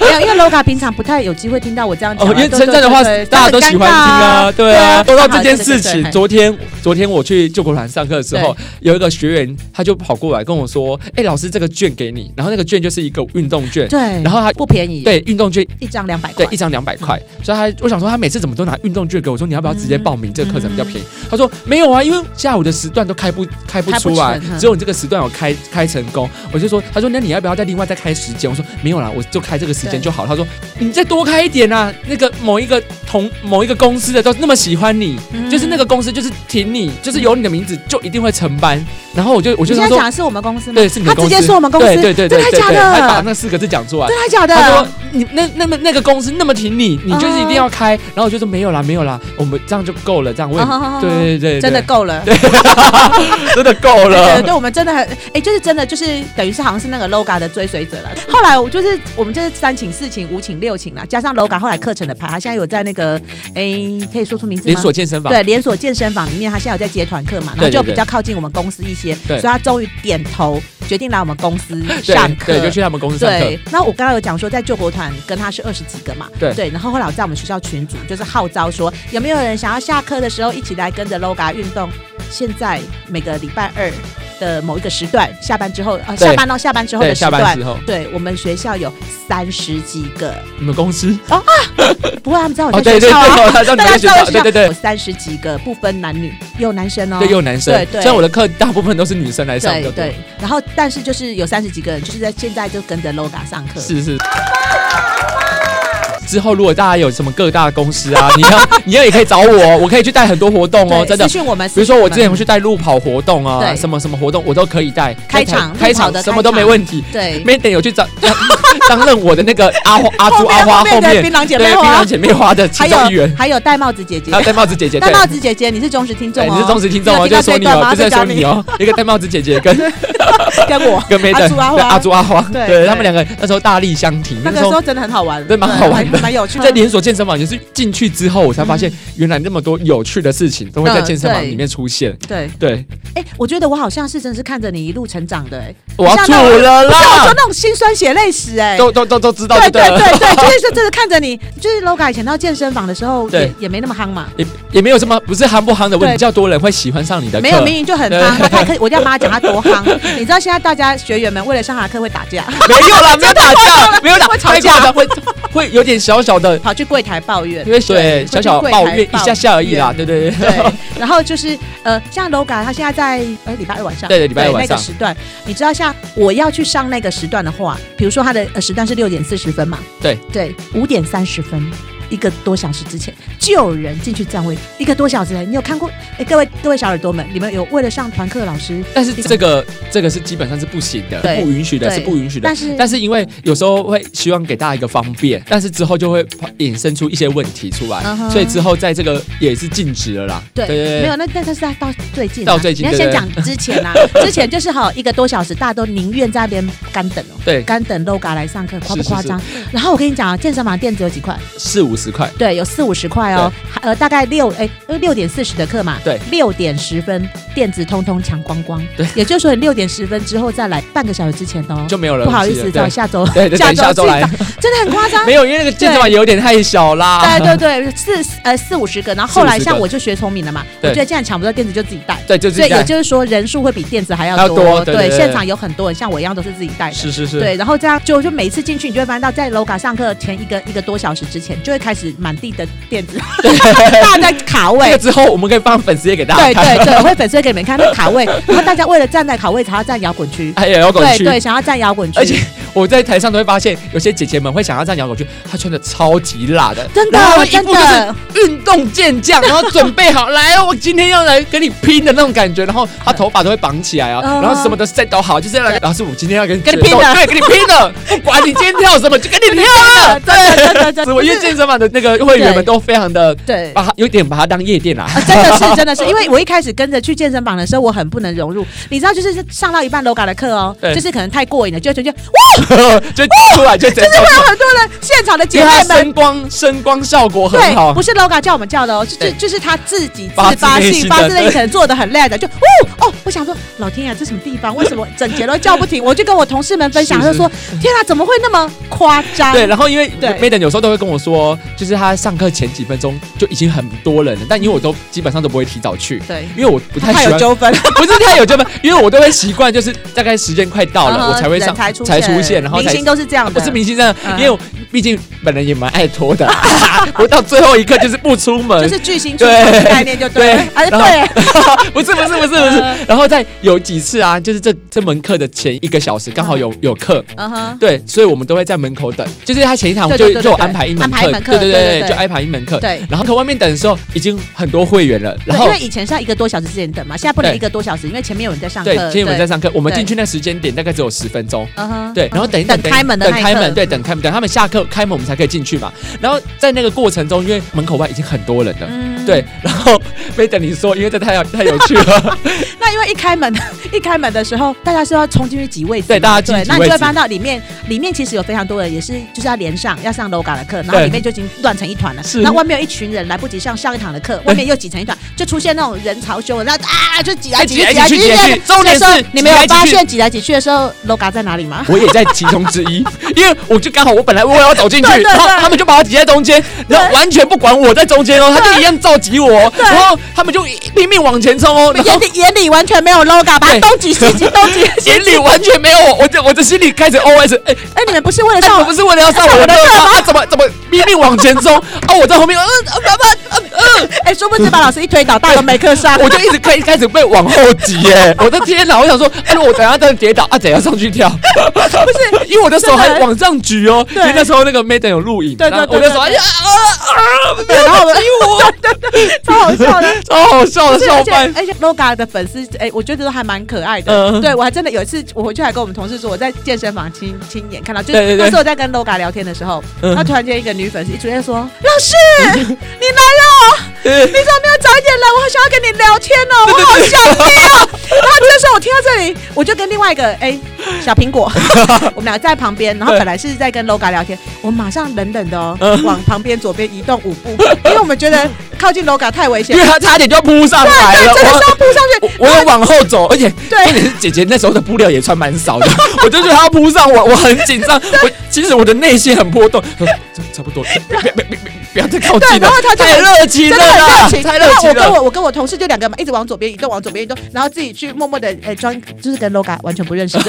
[SPEAKER 1] 没有，因为 LOGA 平常不太有机会听到我这样讲
[SPEAKER 2] 哦
[SPEAKER 1] 啊，，
[SPEAKER 2] 因为称赞的话
[SPEAKER 1] 对对对
[SPEAKER 2] 大家都喜欢听啊，
[SPEAKER 1] 对
[SPEAKER 2] 对啊。
[SPEAKER 1] 啊
[SPEAKER 2] 说到这件事
[SPEAKER 1] 对对
[SPEAKER 2] 情，
[SPEAKER 1] 对
[SPEAKER 2] 昨天昨天我去救国团上课的时候，有一个学员他就跑过来跟我说：“哎，老师，这个券给你。”然后那个券就是一个运动券，
[SPEAKER 1] 对，
[SPEAKER 2] 然后他
[SPEAKER 1] 不便宜，，
[SPEAKER 2] 对运动券
[SPEAKER 1] 一张两百
[SPEAKER 2] 对
[SPEAKER 1] 块，
[SPEAKER 2] 一张两
[SPEAKER 1] 嗯
[SPEAKER 2] 百块，所以他我想说他每次怎么都拿运动券给我，我说你要不要直接报名这个课程比
[SPEAKER 1] 嗯
[SPEAKER 2] 较便宜？他说没有啊，因为下午的时段都开不开不
[SPEAKER 1] 开不
[SPEAKER 2] 出来
[SPEAKER 1] 成，嗯
[SPEAKER 2] 只有你这个时段有开开成功。我就说，他说那你要不要再另外再开时间？我说没有啦，我就开这个时间
[SPEAKER 1] 对
[SPEAKER 2] 就好。他说你再多开一点啊，那个某一个同某一个公司的都那么喜欢你，
[SPEAKER 1] 嗯
[SPEAKER 2] 就是那个公司就是挺你，就是有你的名字就一定会成班。然后我就我
[SPEAKER 1] 你
[SPEAKER 2] 就
[SPEAKER 1] 现
[SPEAKER 2] 想
[SPEAKER 1] 在
[SPEAKER 2] 说
[SPEAKER 1] 讲，的是我们公司吗？
[SPEAKER 2] 对，是你的
[SPEAKER 1] 他
[SPEAKER 2] 公
[SPEAKER 1] 直
[SPEAKER 2] 司，
[SPEAKER 1] 接说我们公司，
[SPEAKER 2] 对对对对
[SPEAKER 1] 真的
[SPEAKER 2] 对
[SPEAKER 1] 假
[SPEAKER 2] 对，还把
[SPEAKER 1] 的？
[SPEAKER 2] 那四个字讲出来。
[SPEAKER 1] 真的哦假
[SPEAKER 2] 他说
[SPEAKER 1] 的？嗯
[SPEAKER 2] 你那那么那个公司那么挺你，你就是一定要开。然后我就说没有啦，没有啦，我们这样就够了，这样我也、
[SPEAKER 1] 啊
[SPEAKER 2] 对对对对，
[SPEAKER 1] 真的够了。
[SPEAKER 2] 真的够
[SPEAKER 1] 对对
[SPEAKER 2] 了。
[SPEAKER 1] 对，我们真的很，哎、就是真的，就是等于是好像是那个 LOGA 的追随者 了。后来我就是我们就是三请四请五请六请啦，加上 LOGA 后来课程的排，他现在有在那个，哎、可以说出名字吗？
[SPEAKER 2] 连锁健身房，
[SPEAKER 1] 对连锁健身房里面，他现在有在接团课嘛，然
[SPEAKER 2] 对
[SPEAKER 1] 后
[SPEAKER 2] 对
[SPEAKER 1] 就
[SPEAKER 2] 对
[SPEAKER 1] 比较靠近我们公司一些，
[SPEAKER 2] 对
[SPEAKER 1] 所以他终于点头决定来我们公司
[SPEAKER 2] 对
[SPEAKER 1] 上课。
[SPEAKER 2] 对，就去他们公司上课
[SPEAKER 1] 对。，那我刚刚有讲说，在救国团跟他是二十几个嘛，
[SPEAKER 2] 对
[SPEAKER 1] 然后后来我在我们学校群组就是号召说，有没有人想要下课的时候一起来跟着 LOGA 运动？现在每个礼拜二的某一个时段，下班之后，呃，
[SPEAKER 2] 对
[SPEAKER 1] 下班到下班之后
[SPEAKER 2] 对，
[SPEAKER 1] 的时
[SPEAKER 2] 下班
[SPEAKER 1] 段
[SPEAKER 2] 之。后，
[SPEAKER 1] 对我们学校有三十几个，
[SPEAKER 2] 你们公司
[SPEAKER 1] 不过他们知道
[SPEAKER 2] 哦，
[SPEAKER 1] 我在学
[SPEAKER 2] 对对对，
[SPEAKER 1] 校啊，
[SPEAKER 2] 哦他让你
[SPEAKER 1] 大家
[SPEAKER 2] 们学
[SPEAKER 1] 知道
[SPEAKER 2] 校，
[SPEAKER 1] 我在学
[SPEAKER 2] 对
[SPEAKER 1] 校
[SPEAKER 2] 对对
[SPEAKER 1] 有。三十几个，不分男女，也有男生哦，
[SPEAKER 2] 对，又有男生
[SPEAKER 1] 对，对
[SPEAKER 2] 虽然我的课大部分都是女生来上
[SPEAKER 1] 对
[SPEAKER 2] 课，
[SPEAKER 1] 对，然后但是就是有三十几个人，就是在现在就跟着 LOGA 上课，
[SPEAKER 2] 是是。之后如果大家有什么各大公司啊，你 要你要也可以找我，我可以去带很多活动哦，
[SPEAKER 1] 对
[SPEAKER 2] 真的
[SPEAKER 1] 私。讯我们，
[SPEAKER 2] 比如说我之
[SPEAKER 1] 私
[SPEAKER 2] 前
[SPEAKER 1] 讯
[SPEAKER 2] 有去带路跑活动啊，
[SPEAKER 1] 对
[SPEAKER 2] 什么什么活动我都可以带，
[SPEAKER 1] 开场
[SPEAKER 2] 开
[SPEAKER 1] 路跑
[SPEAKER 2] 场
[SPEAKER 1] 的
[SPEAKER 2] 什么都
[SPEAKER 1] 开
[SPEAKER 2] 没
[SPEAKER 1] 场
[SPEAKER 2] 问题。
[SPEAKER 1] 我们对，
[SPEAKER 2] Maiden 有去找 担任我的那个 阿花阿朱阿花
[SPEAKER 1] 的
[SPEAKER 2] 后面
[SPEAKER 1] 槟榔姐
[SPEAKER 2] 对
[SPEAKER 1] 妹
[SPEAKER 2] 槟
[SPEAKER 1] 花
[SPEAKER 2] 榔，姐妹花的其
[SPEAKER 1] 还
[SPEAKER 2] 中一员
[SPEAKER 1] 有，还有戴帽子姐姐
[SPEAKER 2] 还，有戴帽子姐姐，
[SPEAKER 1] 戴
[SPEAKER 2] 对。
[SPEAKER 1] 帽子姐姐，你是忠实听众
[SPEAKER 2] 对，
[SPEAKER 1] 哦，
[SPEAKER 2] 你是忠实听众哦，
[SPEAKER 1] 啊你有
[SPEAKER 2] 就是
[SPEAKER 1] 听到这一
[SPEAKER 2] 说你
[SPEAKER 1] 段
[SPEAKER 2] 哦，
[SPEAKER 1] 吗
[SPEAKER 2] 不是在说
[SPEAKER 1] 在讲
[SPEAKER 2] 你
[SPEAKER 1] 你
[SPEAKER 2] 哦，一个戴帽子姐姐跟
[SPEAKER 1] 跟我
[SPEAKER 2] 跟 Maiden
[SPEAKER 1] 朱阿花
[SPEAKER 2] 对阿朱阿花，
[SPEAKER 1] 对
[SPEAKER 2] 对
[SPEAKER 1] 对
[SPEAKER 2] 他们两个那时候大力相挺，
[SPEAKER 1] 那个时候嗯真的很好玩，
[SPEAKER 2] 对蛮好玩的
[SPEAKER 1] 还蛮有趣的
[SPEAKER 2] 在。连锁健身房也是进去之后，我才发现原来那么多有趣的事情都会在
[SPEAKER 1] 嗯
[SPEAKER 2] 健身房
[SPEAKER 1] 对
[SPEAKER 2] 里面出现。
[SPEAKER 1] 嗯对，
[SPEAKER 2] 对，
[SPEAKER 1] 哎，我觉得我好像是真的是看着你一路成长的，哎，
[SPEAKER 2] 我要
[SPEAKER 1] 像
[SPEAKER 2] 吐
[SPEAKER 1] 那种不
[SPEAKER 2] 了
[SPEAKER 1] 是我说
[SPEAKER 2] 啦，
[SPEAKER 1] 那种辛酸血泪史，哎。
[SPEAKER 2] 都都都都知道
[SPEAKER 1] 对
[SPEAKER 2] 就
[SPEAKER 1] 对
[SPEAKER 2] 对了，
[SPEAKER 1] 对对，就是说真的看着你，就是 LOGA 以前到健身房的时候，
[SPEAKER 2] 对
[SPEAKER 1] 也也没那么夯嘛，
[SPEAKER 2] 也也没有什么不是夯不夯的问题，
[SPEAKER 1] 对
[SPEAKER 2] 比较多人会喜欢上你的
[SPEAKER 1] 没有
[SPEAKER 2] 课
[SPEAKER 1] 明。明就很
[SPEAKER 2] 对
[SPEAKER 1] 夯，他太可以，我一定要妈讲他多夯。你知道现在大家学员们为了上他课会打架，
[SPEAKER 2] 没有 啦，没有打架， 没有打，
[SPEAKER 1] 会吵
[SPEAKER 2] 太
[SPEAKER 1] 架
[SPEAKER 2] 夸张，会会有点小小 的，
[SPEAKER 1] 跑去柜台抱怨，
[SPEAKER 2] 因为对小小
[SPEAKER 1] 会去柜
[SPEAKER 2] 抱
[SPEAKER 1] 台
[SPEAKER 2] 怨一下下而已啦，对对对，
[SPEAKER 1] 对，然后就是呃，像 LOGA 他现在在呃礼拜二晚上，
[SPEAKER 2] 对对礼拜二晚
[SPEAKER 1] 那
[SPEAKER 2] 上
[SPEAKER 1] 个时段，你知道像我要去上那个时段的话，比如说他的、呃、时段是六点四十分嘛，
[SPEAKER 2] 对
[SPEAKER 1] 对，五点三十分。一个多小时之前就有人进去占位，一个多小时前，你有看过？哎，各位各位小耳朵们，你们有为了上团课老师，
[SPEAKER 2] 但是这个这个是基本上是不行的，
[SPEAKER 1] 对
[SPEAKER 2] 不允许的，
[SPEAKER 1] 对
[SPEAKER 2] 是不允许的
[SPEAKER 1] 但。是
[SPEAKER 2] 但是因为有时候会希望给大家一个方便，但是之后就会衍生出一些问题出来
[SPEAKER 1] 嗯哼
[SPEAKER 2] 所以之后在这个也是禁止了啦。
[SPEAKER 1] 对，
[SPEAKER 2] 对
[SPEAKER 1] 没有，那但但是他到最近啊、
[SPEAKER 2] 到最近
[SPEAKER 1] 你要
[SPEAKER 2] 对
[SPEAKER 1] 先
[SPEAKER 2] 对
[SPEAKER 1] 讲之前啊，之前就是好一个多小时，大家都宁愿在那边干等哦，
[SPEAKER 2] 对，
[SPEAKER 1] 干等 LOGA 来上课，夸不
[SPEAKER 2] 是是
[SPEAKER 1] 夸张？然后我跟你讲啊，健身房垫子有几块？
[SPEAKER 2] 四五十块，
[SPEAKER 1] 对，有四五十块哦，还呃，大概六哎六点四十的课嘛，
[SPEAKER 2] 对，
[SPEAKER 1] 六点十分电子通通抢光光，
[SPEAKER 2] 对，
[SPEAKER 1] 也就是说你六点十分之后再来半个小时之前哦，
[SPEAKER 2] 就没有人
[SPEAKER 1] 不好意
[SPEAKER 2] 记了
[SPEAKER 1] 思，到下周
[SPEAKER 2] 对对，等下周
[SPEAKER 1] 去
[SPEAKER 2] 来
[SPEAKER 1] 找，真的很夸张。
[SPEAKER 2] 没有，因为那个健身房有点太小啦。
[SPEAKER 1] 对对对，四呃四五十个，然后后来
[SPEAKER 2] 四五十个
[SPEAKER 1] 像我就学聪明了嘛，我
[SPEAKER 2] 对
[SPEAKER 1] 觉得既然抢不到电子就自己带，
[SPEAKER 2] 对，就是
[SPEAKER 1] 所以
[SPEAKER 2] 这
[SPEAKER 1] 也
[SPEAKER 2] 样。
[SPEAKER 1] 就是说人数会比电子还
[SPEAKER 2] 还要
[SPEAKER 1] 要
[SPEAKER 2] 多对对对
[SPEAKER 1] 现场有很多人像我一样都是自己带的，
[SPEAKER 2] 是是是，
[SPEAKER 1] 对，然后这样就就每次进去，你就会发现到在 LOGA 上课前一个一个多小时之前，就会开始满地的垫子， 大家在卡
[SPEAKER 2] 这个
[SPEAKER 1] 位。
[SPEAKER 2] 之后我们可以放粉丝页给大家
[SPEAKER 1] 对
[SPEAKER 2] 看。
[SPEAKER 1] 对对，我会粉碎给你们看那卡位，然后大家为了站在卡位，才要站摇滚区。
[SPEAKER 2] 还有哎摇滚
[SPEAKER 1] 对
[SPEAKER 2] 区，
[SPEAKER 1] 对，想要站摇滚区，
[SPEAKER 2] 而且我在台上都会发现，有些姐姐们会想要站摇滚区，她穿的超级辣的，
[SPEAKER 1] 真
[SPEAKER 2] 然后
[SPEAKER 1] 的
[SPEAKER 2] 一
[SPEAKER 1] 真
[SPEAKER 2] 副就是
[SPEAKER 1] 的，
[SPEAKER 2] 运动健将，然后准备好来哦，我今天要来跟你拼的那种感觉，然后她头发都会绑起 来啊，
[SPEAKER 1] 嗯
[SPEAKER 2] 然后什么都 set 都好，就是要来，老师我今天要跟你
[SPEAKER 1] 跟你
[SPEAKER 2] 决斗
[SPEAKER 1] 拼了
[SPEAKER 2] 对，跟你拼了，不管你今天跳什么，就跟你跳 了，
[SPEAKER 1] 真的真的真
[SPEAKER 2] 啊对。
[SPEAKER 1] 的
[SPEAKER 2] 我因为健身房的那个会员们都非常的
[SPEAKER 1] 对。
[SPEAKER 2] 把它有点把它当 夜店啦、
[SPEAKER 1] 啊，真的是，真的是，因为我一开始跟着去健身房的时候，我很不能融入。你知道，就是上到一半 LOGA 的课哦，
[SPEAKER 2] 对
[SPEAKER 1] 就是可能太过瘾了，就会觉得哇，
[SPEAKER 2] 就出来就 直接
[SPEAKER 1] 真的会有很多人现场的姐
[SPEAKER 2] 因为它
[SPEAKER 1] 妹们
[SPEAKER 2] 声光声光效果很
[SPEAKER 1] 对，
[SPEAKER 2] 好
[SPEAKER 1] 不，是 LOGA 叫我们叫的哦，就
[SPEAKER 2] 对
[SPEAKER 1] 就就是他自己自
[SPEAKER 2] 发自
[SPEAKER 1] 发
[SPEAKER 2] 内
[SPEAKER 1] 性、
[SPEAKER 2] 心
[SPEAKER 1] 发
[SPEAKER 2] 的
[SPEAKER 1] 自内心做的很累的，就哦哦，我想说，老天呀，这什么地方？为什么整节都叫不停？我就跟我同事们分享，
[SPEAKER 2] 是
[SPEAKER 1] 他就是说：天啊，怎么会那么夸张？
[SPEAKER 2] 对，然后因为
[SPEAKER 1] 对
[SPEAKER 2] Maiden 有时候都会跟我说，就是他上课前几分钟就已经很多人了，但因为我都基本上都不会提早去，
[SPEAKER 1] 对，
[SPEAKER 2] 因为我不太
[SPEAKER 1] 怕
[SPEAKER 2] 喜
[SPEAKER 1] 有
[SPEAKER 2] 欢，
[SPEAKER 1] 纠纷，
[SPEAKER 2] 不是太有纠纷，因为我都会习惯就是大概时间快到了，我才会
[SPEAKER 1] 啊哦人
[SPEAKER 2] 上
[SPEAKER 1] 才出
[SPEAKER 2] 才出现，然后
[SPEAKER 1] 明
[SPEAKER 2] 才啊
[SPEAKER 1] 星都是这样的，
[SPEAKER 2] 不是明星这样，
[SPEAKER 1] 嗯
[SPEAKER 2] 因为我毕竟本人也蛮爱拖的， 我到最后一刻就是不出门，
[SPEAKER 1] 就是巨星出现的
[SPEAKER 2] 对
[SPEAKER 1] 概念就对了
[SPEAKER 2] 对，
[SPEAKER 1] 哎
[SPEAKER 2] 然后
[SPEAKER 1] 对，
[SPEAKER 2] 不是不是不是不
[SPEAKER 1] 嗯
[SPEAKER 2] 是，然后在有几次啊，就是这这门课的前一个小时刚好有有课。
[SPEAKER 1] 嗯哼，
[SPEAKER 2] 对，所以我们都会在门口等，就是他前一堂
[SPEAKER 1] 对
[SPEAKER 2] 就
[SPEAKER 1] 对对
[SPEAKER 2] 就有
[SPEAKER 1] 对
[SPEAKER 2] 安排一门
[SPEAKER 1] 安排一
[SPEAKER 2] 课，
[SPEAKER 1] 门课
[SPEAKER 2] 对
[SPEAKER 1] 对对
[SPEAKER 2] 对
[SPEAKER 1] 对
[SPEAKER 2] 就安排一门课。
[SPEAKER 1] 对
[SPEAKER 2] 然后可外面等的时候已经很多会员了，然
[SPEAKER 1] 对，
[SPEAKER 2] 后
[SPEAKER 1] 因为以前是要一个多小时之前等嘛，现在不能
[SPEAKER 2] 对
[SPEAKER 1] 一个多小时，因为前面有人在上课，
[SPEAKER 2] 对，今天我们在上课，我们
[SPEAKER 1] 对
[SPEAKER 2] 进去那时间点大概只有十分钟。
[SPEAKER 1] 嗯哼，
[SPEAKER 2] 对，然后等一
[SPEAKER 1] 等
[SPEAKER 2] 等
[SPEAKER 1] 开门的
[SPEAKER 2] 等
[SPEAKER 1] 那一
[SPEAKER 2] 开门，
[SPEAKER 1] 刻
[SPEAKER 2] 对，等开门，等他们下课开门，我们才可以进去嘛。然后在那个过程中，因为门口外已经很多人了，
[SPEAKER 1] 嗯
[SPEAKER 2] 对，然后没等你说，因为这太有太有趣了，
[SPEAKER 1] 那因为一开门， 一开门的时候，大家是要冲进去挤位置嘛，
[SPEAKER 2] 对大家进去
[SPEAKER 1] 那你
[SPEAKER 2] 挤位
[SPEAKER 1] 就会
[SPEAKER 2] 置
[SPEAKER 1] 发现到里面，里面其实有非常多人，也是就是要连上要上 LOGA 的课，然后
[SPEAKER 2] 对
[SPEAKER 1] 里面就已经乱成一团了。
[SPEAKER 2] 是
[SPEAKER 1] 那外面有一群人来不及上上一堂的课，外面又挤成一团，就出现那种人潮汹，然后啊就挤来挤去，
[SPEAKER 2] 哎
[SPEAKER 1] 挤来挤
[SPEAKER 2] 挤来挤去
[SPEAKER 1] 去。
[SPEAKER 2] 重点是
[SPEAKER 1] 那时候你没有
[SPEAKER 2] 挤来挤去
[SPEAKER 1] 发现挤来挤去的时候，LOGA 在哪里 吗？
[SPEAKER 2] 我也在其中之一， 因为我就刚好我本来我也要走进去，
[SPEAKER 1] 对对对
[SPEAKER 2] 然后他们就把我挤在中间，然后完全不管我在中间哦，他就一样照挤我哦，然后他们就拼命往前冲哦， 然
[SPEAKER 1] 眼
[SPEAKER 2] 后
[SPEAKER 1] 里眼里完全没有 LOGA，把它
[SPEAKER 2] 对
[SPEAKER 1] 东挤西挤，东挤 西
[SPEAKER 2] 眼
[SPEAKER 1] 挤
[SPEAKER 2] 里。完全没有我，我这我的心里开始 OS，哎、
[SPEAKER 1] 哎，你们不是为了
[SPEAKER 2] 哎
[SPEAKER 1] 上
[SPEAKER 2] 我不是为了 要上我的课吗？啊，怎么怎么拼命往前冲？ 啊，我在后面，嗯、呃，爸爸，
[SPEAKER 1] 哎，殊不知把老师一推倒，大家都没课上。
[SPEAKER 2] 我就一直开开始被往后挤耶！我的天哪！我想说，哎，我等下再跌倒啊，怎样上去跳？ 不是，因为我的手还往上举哦，因
[SPEAKER 1] 对
[SPEAKER 2] 为那时候那个 Maiden 有录影，
[SPEAKER 1] 对对
[SPEAKER 2] 然后
[SPEAKER 1] 对
[SPEAKER 2] 我
[SPEAKER 1] 对
[SPEAKER 2] 的手哎呀啊啊，
[SPEAKER 1] 对，然 后我们超好笑的。
[SPEAKER 2] 超好笑的
[SPEAKER 1] 不是，而
[SPEAKER 2] 笑
[SPEAKER 1] 且
[SPEAKER 2] 翻。
[SPEAKER 1] 而且 LOGA 的粉丝，哎、我觉得都还蛮可爱的。
[SPEAKER 2] 嗯
[SPEAKER 1] 对我还真的有一次，我回去还跟我们同事说，我在健身房亲亲眼看到，就是
[SPEAKER 2] 对对
[SPEAKER 1] 那
[SPEAKER 2] 对
[SPEAKER 1] 时候我在跟 LOGA 聊天的时候，
[SPEAKER 2] 嗯
[SPEAKER 1] 然后突然间一个女粉丝一出现说：“老师，你来了，你
[SPEAKER 2] 对
[SPEAKER 1] 怎么没有早一点来？我好想要跟你聊天 哦，我好想你哦。”然后这时候我听到这里，我就跟另外一个哎、小苹 果，我们俩在旁边，然后
[SPEAKER 2] 对
[SPEAKER 1] 本来是在跟 LOGA 聊天，我马上冷冷的哦、
[SPEAKER 2] 嗯
[SPEAKER 1] 往旁边左边移动五步，因为我们觉得靠近 LOGA 太危险
[SPEAKER 2] 因为。他差点就要扑上来 了，
[SPEAKER 1] 真的是
[SPEAKER 2] 我
[SPEAKER 1] 要扑上去
[SPEAKER 2] 我，我有往后走，而且
[SPEAKER 1] 对
[SPEAKER 2] 重点是姐姐那时候的布料也穿蛮少的，我就觉得她要扑上我，我很紧张，我其实我的内心很波动，说这差不多，不要不要不要不要再靠
[SPEAKER 1] 对
[SPEAKER 2] 近了
[SPEAKER 1] 然后她，就
[SPEAKER 2] 太热情了
[SPEAKER 1] 真的很
[SPEAKER 2] 啦
[SPEAKER 1] 热，情。
[SPEAKER 2] 太
[SPEAKER 1] 然
[SPEAKER 2] 热
[SPEAKER 1] 后
[SPEAKER 2] 情
[SPEAKER 1] 我跟
[SPEAKER 2] 了。
[SPEAKER 1] 我我跟我同事就两个嘛，一直往左边移动，往左边移动，然后自己去默默的呃装，就是跟 LOGA 完全不认识 的，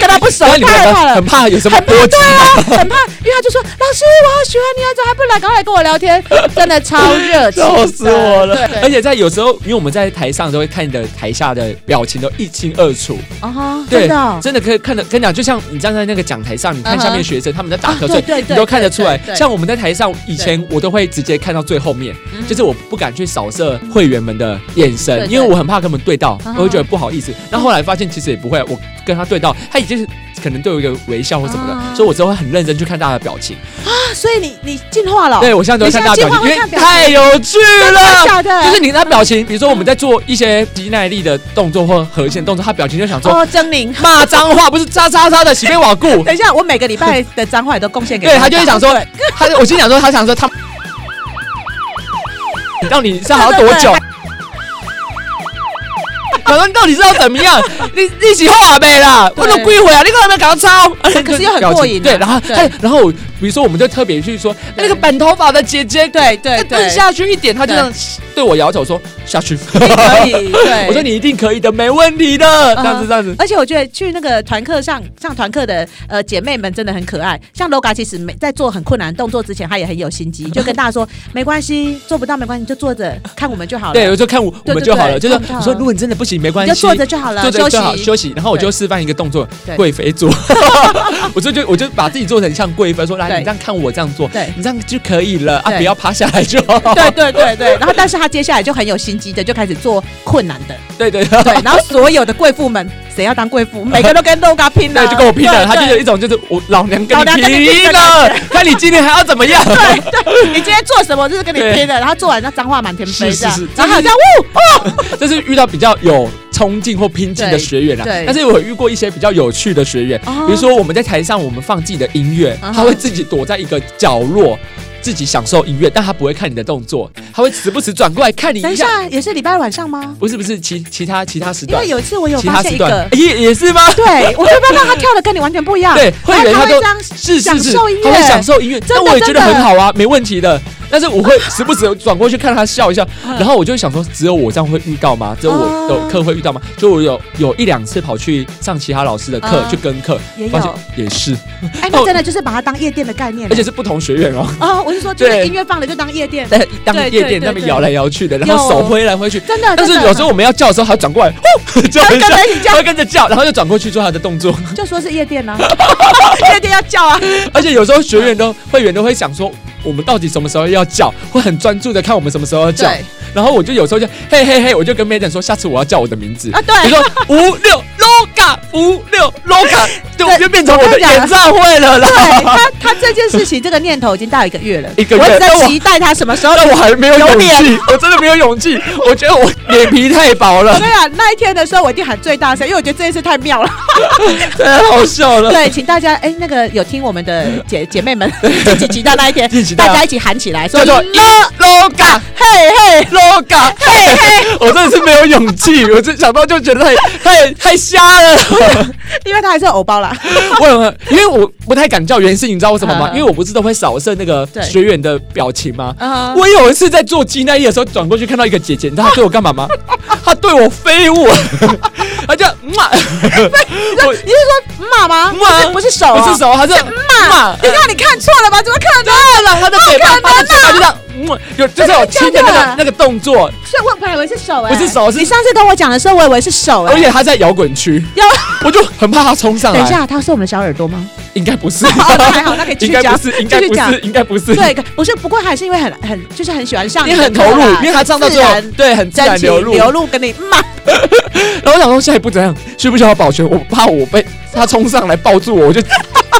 [SPEAKER 1] 跟他不熟，
[SPEAKER 2] 然
[SPEAKER 1] 太
[SPEAKER 2] 后你们
[SPEAKER 1] 害
[SPEAKER 2] 两个
[SPEAKER 1] 怕了
[SPEAKER 2] 很。怕有什么
[SPEAKER 1] 很怕，
[SPEAKER 2] 波及
[SPEAKER 1] 对啊，很怕，因为他就说：“老师，我好喜欢你啊，怎么还不来？赶快来跟我聊天。”真的超 热情的，
[SPEAKER 2] 笑死我了哎
[SPEAKER 1] 对！
[SPEAKER 2] 而且在有时候，因为我们在台上都会看的台下的表情都一清二楚，
[SPEAKER 1] 啊哈，
[SPEAKER 2] 对
[SPEAKER 1] 真的哦，
[SPEAKER 2] 真的可以看得跟你讲，就像你站在那个讲台上，你看
[SPEAKER 1] 嗯哼
[SPEAKER 2] 下面学生他们在打
[SPEAKER 1] 啊
[SPEAKER 2] 瞌
[SPEAKER 1] 对
[SPEAKER 2] 睡，
[SPEAKER 1] 对对
[SPEAKER 2] 你都看得出来
[SPEAKER 1] 对对。对
[SPEAKER 2] 像我们在台上，以前我都会直接看到最后面，
[SPEAKER 1] 嗯
[SPEAKER 2] 就是我不敢去扫射会员们的眼
[SPEAKER 1] 对
[SPEAKER 2] 神，
[SPEAKER 1] 对
[SPEAKER 2] 因为我很怕跟他们对到，
[SPEAKER 1] 嗯哼
[SPEAKER 2] 我会觉得不好意思。但后来发现其实也不会，我跟他对到，他已经是可能对我一个微笑或什么
[SPEAKER 1] 啊
[SPEAKER 2] 的，所以我只会很认真去看大家的表情。
[SPEAKER 1] 啊所以你你进化了，
[SPEAKER 2] 对，我现在都会看大家的表情，
[SPEAKER 1] 你
[SPEAKER 2] 因
[SPEAKER 1] 现在
[SPEAKER 2] 为
[SPEAKER 1] 进化会
[SPEAKER 2] 太有趣
[SPEAKER 1] 真的
[SPEAKER 2] 了。
[SPEAKER 1] 假的？
[SPEAKER 2] 就是你那表情，比如说我们在做一些肌耐力的动作或和弦动作，他表情就想说
[SPEAKER 1] 哦，狰狞。
[SPEAKER 2] 骂脏话，不是渣渣渣的洗面瓦固。
[SPEAKER 1] 等一下，我每个礼拜的脏话也都贡献给
[SPEAKER 2] 对他
[SPEAKER 1] 大
[SPEAKER 2] 就
[SPEAKER 1] 家
[SPEAKER 2] 会想说，他我心想说，他想说他，你到底是要多久？我说你到底是要怎么样？ 你你喜欢我没啦？我都归回啊！你干嘛搞超？
[SPEAKER 1] 可是又很过瘾啊
[SPEAKER 2] 对，然后
[SPEAKER 1] 对
[SPEAKER 2] 他，然后我比如说我们就特别去说，哎那个绑头发的姐姐，
[SPEAKER 1] 对对
[SPEAKER 2] 再
[SPEAKER 1] 对
[SPEAKER 2] 蹲，下哎去一点，他就这样对我摇头说下去。
[SPEAKER 1] 可 以，对，
[SPEAKER 2] 我说你一定可以的，没问题的，这样
[SPEAKER 1] 嗯
[SPEAKER 2] 子这样子。
[SPEAKER 1] 而且我觉得去那个团课上上团课的呃姐妹们真的很可爱，像 LOGA 其实没在做很困难的动作之前，她也很有心机，就跟大家说没关系，做不到没关系，你就坐着看我们就好了，
[SPEAKER 2] 对，我就看我我
[SPEAKER 1] 对
[SPEAKER 2] 们就好了，
[SPEAKER 1] 对
[SPEAKER 2] 就
[SPEAKER 1] 对
[SPEAKER 2] 是
[SPEAKER 1] 看不到
[SPEAKER 2] 我说如果你真的不行没
[SPEAKER 1] 你
[SPEAKER 2] 关
[SPEAKER 1] 就
[SPEAKER 2] 系，
[SPEAKER 1] 坐着就好了，
[SPEAKER 2] 坐着就好
[SPEAKER 1] 息。
[SPEAKER 2] 休息，然后我就示范一个动作
[SPEAKER 1] 对，
[SPEAKER 2] 贵 妃坐，我就就我就把自己做成像贵妃，说来
[SPEAKER 1] 对
[SPEAKER 2] 你这样看我这样做，
[SPEAKER 1] 对
[SPEAKER 2] 你这样就可以了啊，
[SPEAKER 1] 对
[SPEAKER 2] 不要趴下来就好。
[SPEAKER 1] 对对对对，然后但是她接下来就很有心机的，就开始做困难的，
[SPEAKER 2] 对对
[SPEAKER 1] 对
[SPEAKER 2] 对，，
[SPEAKER 1] 然后所有的贵妇们，谁要当贵妇，每个都跟 LOGA 拼了，
[SPEAKER 2] 那就跟我拼了，
[SPEAKER 1] 对
[SPEAKER 2] 他就
[SPEAKER 1] 对
[SPEAKER 2] 有一种就是我老娘跟
[SPEAKER 1] 老娘跟你
[SPEAKER 2] 你
[SPEAKER 1] 拼
[SPEAKER 2] 拼了，看你今天还要怎么样。
[SPEAKER 1] 你今天做什么，就是跟你拼的，然后做完那脏话满天飞
[SPEAKER 2] 是
[SPEAKER 1] 这样哦
[SPEAKER 2] 是是，
[SPEAKER 1] 然后还有这样，
[SPEAKER 2] 这是遇到比较有冲劲或拼劲的
[SPEAKER 1] 对
[SPEAKER 2] 学员啊。
[SPEAKER 1] 对
[SPEAKER 2] 但是我遇过一些比较有趣的学员，
[SPEAKER 1] 哦
[SPEAKER 2] 比如说我们在台上我们放自己的音乐，
[SPEAKER 1] 啊哈
[SPEAKER 2] 他会自己躲在一个角落。自己享受音乐，但他不会看你的动作，他会时不时转过来看你
[SPEAKER 1] 等
[SPEAKER 2] 一
[SPEAKER 1] 一
[SPEAKER 2] 下。
[SPEAKER 1] 下，也是礼拜晚上吗？
[SPEAKER 2] 不是不是，其其他其他时
[SPEAKER 1] 因
[SPEAKER 2] 段
[SPEAKER 1] 为，有一次我有
[SPEAKER 2] 其
[SPEAKER 1] 发
[SPEAKER 2] 他
[SPEAKER 1] 现
[SPEAKER 2] 时
[SPEAKER 1] 一
[SPEAKER 2] 段
[SPEAKER 1] 个，
[SPEAKER 2] 也也是吗？
[SPEAKER 1] 对，我就发现他跳的跟你完全不一样。
[SPEAKER 2] 对，会
[SPEAKER 1] 然
[SPEAKER 2] 以为
[SPEAKER 1] 后
[SPEAKER 2] 他
[SPEAKER 1] 会
[SPEAKER 2] 都
[SPEAKER 1] 这样
[SPEAKER 2] 是
[SPEAKER 1] 享
[SPEAKER 2] 是是，
[SPEAKER 1] 受音
[SPEAKER 2] 他会享
[SPEAKER 1] 乐，
[SPEAKER 2] 受音乐，
[SPEAKER 1] 真的
[SPEAKER 2] 但我也觉
[SPEAKER 1] 真
[SPEAKER 2] 得
[SPEAKER 1] 的
[SPEAKER 2] 很好啊，没问题的。但是我会 时不时转过去看他笑一笑，
[SPEAKER 1] 嗯
[SPEAKER 2] 然后我就想说，只有我这样会遇到吗？只有我
[SPEAKER 1] 啊
[SPEAKER 2] 有课会遇到吗？就我有有一两次跑去上其他老师的课
[SPEAKER 1] 啊
[SPEAKER 2] 去跟课
[SPEAKER 1] 也，有
[SPEAKER 2] 发现也是，
[SPEAKER 1] 哎，那真的就是把它当夜店的概念
[SPEAKER 2] 哦而。且是不同学院 哦，
[SPEAKER 1] 哦，我是说，就是
[SPEAKER 2] 对
[SPEAKER 1] 音乐放了就当夜店，
[SPEAKER 2] 在当
[SPEAKER 1] 对
[SPEAKER 2] 夜
[SPEAKER 1] 对
[SPEAKER 2] 店
[SPEAKER 1] 对
[SPEAKER 2] 那边
[SPEAKER 1] 对
[SPEAKER 2] 摇来摇去的，然后
[SPEAKER 1] 有
[SPEAKER 2] 手挥来挥去。
[SPEAKER 1] 真的。
[SPEAKER 2] 但是
[SPEAKER 1] 真的
[SPEAKER 2] 有时候我们要叫的时候，还要转过来，呼 叫
[SPEAKER 1] 他
[SPEAKER 2] 一
[SPEAKER 1] 会跟
[SPEAKER 2] 下，
[SPEAKER 1] 着你叫
[SPEAKER 2] 他，会跟着叫，然后就转过去做他的动作。
[SPEAKER 1] 就说是夜店呢，夜店要叫啊。
[SPEAKER 2] 而且有时候学员都会员都会想说，我们到底什么时候要叫？会很专注的看我们什么时候要叫。
[SPEAKER 1] 对
[SPEAKER 2] 然后我就有时候就嘿嘿嘿，我就跟 Maden 说，下次我要叫我的名字。
[SPEAKER 1] 啊，对
[SPEAKER 2] 你，说五六 Loga 五六 Loga，对，我
[SPEAKER 1] 对
[SPEAKER 2] 就变成我的
[SPEAKER 1] 我跟你讲
[SPEAKER 2] 演唱会了
[SPEAKER 1] 对
[SPEAKER 2] 啦。
[SPEAKER 1] 他，他这件事情，这个念头已经到一个月了，
[SPEAKER 2] 一个月
[SPEAKER 1] 我只
[SPEAKER 2] 但我
[SPEAKER 1] 在期待他什么时候。
[SPEAKER 2] 但我还没有
[SPEAKER 1] 有
[SPEAKER 2] 勇
[SPEAKER 1] 脸
[SPEAKER 2] 气，我真的没有勇气，我觉得我脸皮太薄
[SPEAKER 1] 我
[SPEAKER 2] 了，
[SPEAKER 1] 跟你讲，啊那一天的时候，我一定喊最大声，因为我觉得这件事 太妙了。
[SPEAKER 2] 太好笑了。
[SPEAKER 1] 对，请大家，哎，那个有听我们的姐姐妹 们，自己期待那一天
[SPEAKER 2] 自己期，待啊
[SPEAKER 1] 大家一起喊起来，说
[SPEAKER 2] 叫做 Loga
[SPEAKER 1] 嘿嘿。
[SPEAKER 2] Loga，我真的是没有勇气，我就想到就觉得 太太太瞎了。
[SPEAKER 1] 因为他还是有偶包啦，
[SPEAKER 2] 我有，因为我不太敢叫原因是你知道为什么吗？
[SPEAKER 1] 嗯
[SPEAKER 2] 因为我不是都会扫射那个
[SPEAKER 1] 对
[SPEAKER 2] 学员的表情吗？
[SPEAKER 1] 啊，
[SPEAKER 2] 我有一次在做肌耐力的时候，转过去看到一个姐姐，你知道她对我干嘛 吗？她对我飞舞， 她就骂， 我
[SPEAKER 1] 你是说骂吗？
[SPEAKER 2] 骂
[SPEAKER 1] 不是不是手、啊，
[SPEAKER 2] 不是手，她是
[SPEAKER 1] 骂。
[SPEAKER 2] 骂
[SPEAKER 1] 你。看你看错了吧？怎么可能？
[SPEAKER 2] 对了，她的嘴巴，
[SPEAKER 1] 不可能啊
[SPEAKER 2] 她的嘴巴就这样，嗯有就是有亲的
[SPEAKER 1] 真
[SPEAKER 2] 那
[SPEAKER 1] 的假
[SPEAKER 2] 个
[SPEAKER 1] 的
[SPEAKER 2] 那个动作，
[SPEAKER 1] 所以我本来以为是手哎、
[SPEAKER 2] 不是手是啊
[SPEAKER 1] 你上次跟我讲的时候，我以为是手哎、
[SPEAKER 2] 而且她在摇滚区，
[SPEAKER 1] 要
[SPEAKER 2] 我就很怕她冲上
[SPEAKER 1] 等一
[SPEAKER 2] 来。
[SPEAKER 1] 下，他是我们的小耳朵吗？
[SPEAKER 2] 应该不是，
[SPEAKER 1] 哦，那还 好，那可以继续
[SPEAKER 2] 应该
[SPEAKER 1] 讲
[SPEAKER 2] 不。是，应该
[SPEAKER 1] 继
[SPEAKER 2] 不
[SPEAKER 1] 续讲
[SPEAKER 2] 是，应该不是。
[SPEAKER 1] 对，不是，不过还是因为很很就是很喜欢上
[SPEAKER 2] 你
[SPEAKER 1] 的
[SPEAKER 2] 很
[SPEAKER 1] 课
[SPEAKER 2] 投入，
[SPEAKER 1] 啦
[SPEAKER 2] 因为她上到最
[SPEAKER 1] 自
[SPEAKER 2] 后
[SPEAKER 1] 然，
[SPEAKER 2] 对，很自然
[SPEAKER 1] 真情
[SPEAKER 2] 流露，
[SPEAKER 1] 流露跟你 骂，
[SPEAKER 2] 然后我想说下一步怎样，需不需要保全？我怕我被他冲上来抱住我，我就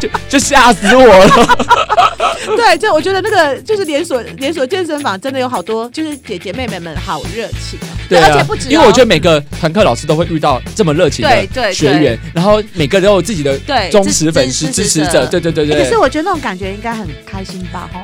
[SPEAKER 2] 就就吓死我了。
[SPEAKER 1] 对，就我觉得那个就是连锁连锁健身房真的有好多就是姐姐妹妹们好热情啊，而且不止哦、
[SPEAKER 2] 因为我觉得每个团课老师都会遇到这么热情
[SPEAKER 1] 对对
[SPEAKER 2] 的
[SPEAKER 1] 对
[SPEAKER 2] 学员，然后每个都有自己的
[SPEAKER 1] 对
[SPEAKER 2] 忠实粉丝、支
[SPEAKER 1] 支
[SPEAKER 2] 持
[SPEAKER 1] 持
[SPEAKER 2] 者，
[SPEAKER 1] 者
[SPEAKER 2] 对对对
[SPEAKER 1] 哎可
[SPEAKER 2] 对
[SPEAKER 1] 是。我觉得那种感觉应该很开心吧，吼，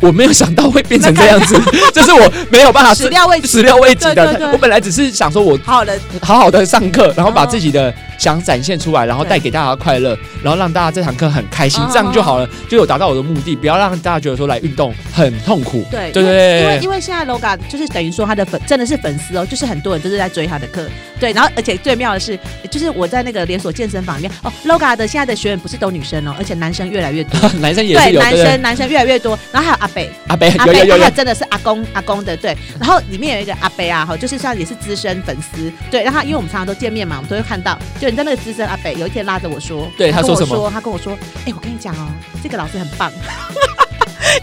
[SPEAKER 2] 我没有想到会变成 这样子，就是我没有办法
[SPEAKER 1] 始料未及
[SPEAKER 2] 始料未及
[SPEAKER 1] 对对
[SPEAKER 2] 的
[SPEAKER 1] 对。
[SPEAKER 2] 我本来只是想说，我
[SPEAKER 1] 好了，
[SPEAKER 2] 好好的上课，然后把
[SPEAKER 1] 哦
[SPEAKER 2] 自己的想展现出来，然后带给大家快乐，然后让大家这堂课很开心
[SPEAKER 1] 哦，
[SPEAKER 2] 这样就好了，就有达到我的目的，不要让大家觉得说来运动很 痛苦。
[SPEAKER 1] 对
[SPEAKER 2] 对
[SPEAKER 1] 因为因为
[SPEAKER 2] 对对
[SPEAKER 1] 因为现在 LOGA 就是等于说他的粉真的是粉丝哦，就是很多人都是在追他的课，对，然后而且最妙的是，就是我在那个连锁健身房里面哦，LOGA 的现在的学员不是都女生哦，而且男生越来越多，
[SPEAKER 2] 对，男生也是
[SPEAKER 1] 对，
[SPEAKER 2] 有，
[SPEAKER 1] 男
[SPEAKER 2] 对对
[SPEAKER 1] 生男生越来越多，然后还有阿北，
[SPEAKER 2] 阿 北
[SPEAKER 1] 阿
[SPEAKER 2] 有有
[SPEAKER 1] 北
[SPEAKER 2] 有
[SPEAKER 1] 他
[SPEAKER 2] 有，
[SPEAKER 1] 真的是阿公阿公的对，然后里面有一个阿北啊哈，就是像也是资深粉丝，对，然后他因为我们常常都见面嘛，我们都会看到，就你在那个资深阿北有一天拉着我说，
[SPEAKER 2] 对他
[SPEAKER 1] 跟我
[SPEAKER 2] 说什么
[SPEAKER 1] 他跟我说，哎、我跟你讲哦，这个老师很 棒，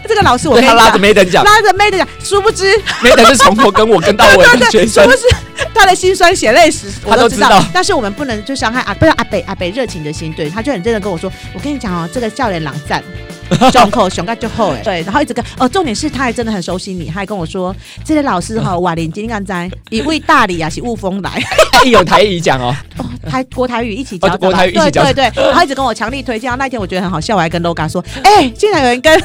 [SPEAKER 1] 这个老师我
[SPEAKER 2] 对
[SPEAKER 1] 跟你
[SPEAKER 2] 他
[SPEAKER 1] 讲
[SPEAKER 2] 拉着 Maden 讲
[SPEAKER 1] 拉着妹的讲，殊不知，
[SPEAKER 2] ，Maden 是从头跟我跟到尾的 学
[SPEAKER 1] 殊
[SPEAKER 2] 生
[SPEAKER 1] 不，知他的辛酸血泪史我
[SPEAKER 2] 他都
[SPEAKER 1] 知
[SPEAKER 2] 知道
[SPEAKER 1] 但是我们不能就伤害阿，不是阿北阿北热情的心，对，他就很认真的跟我说，我跟你讲哦，这个教练朗赞。胸口胸盖就厚 哎，对，然后一直跟哦，重点是他还真的很熟悉你，他还跟我说，这些老师哈、瓦林今天在一位大理啊是雾峰 来，
[SPEAKER 2] 哎，有台语讲哦，
[SPEAKER 1] 哦，台国台语一起教
[SPEAKER 2] 哦，国台语一起教
[SPEAKER 1] 对对对，然后一直跟我强力推荐。然后那天我觉得很好笑，我还跟 LOGA 说，哎、竟然有人跟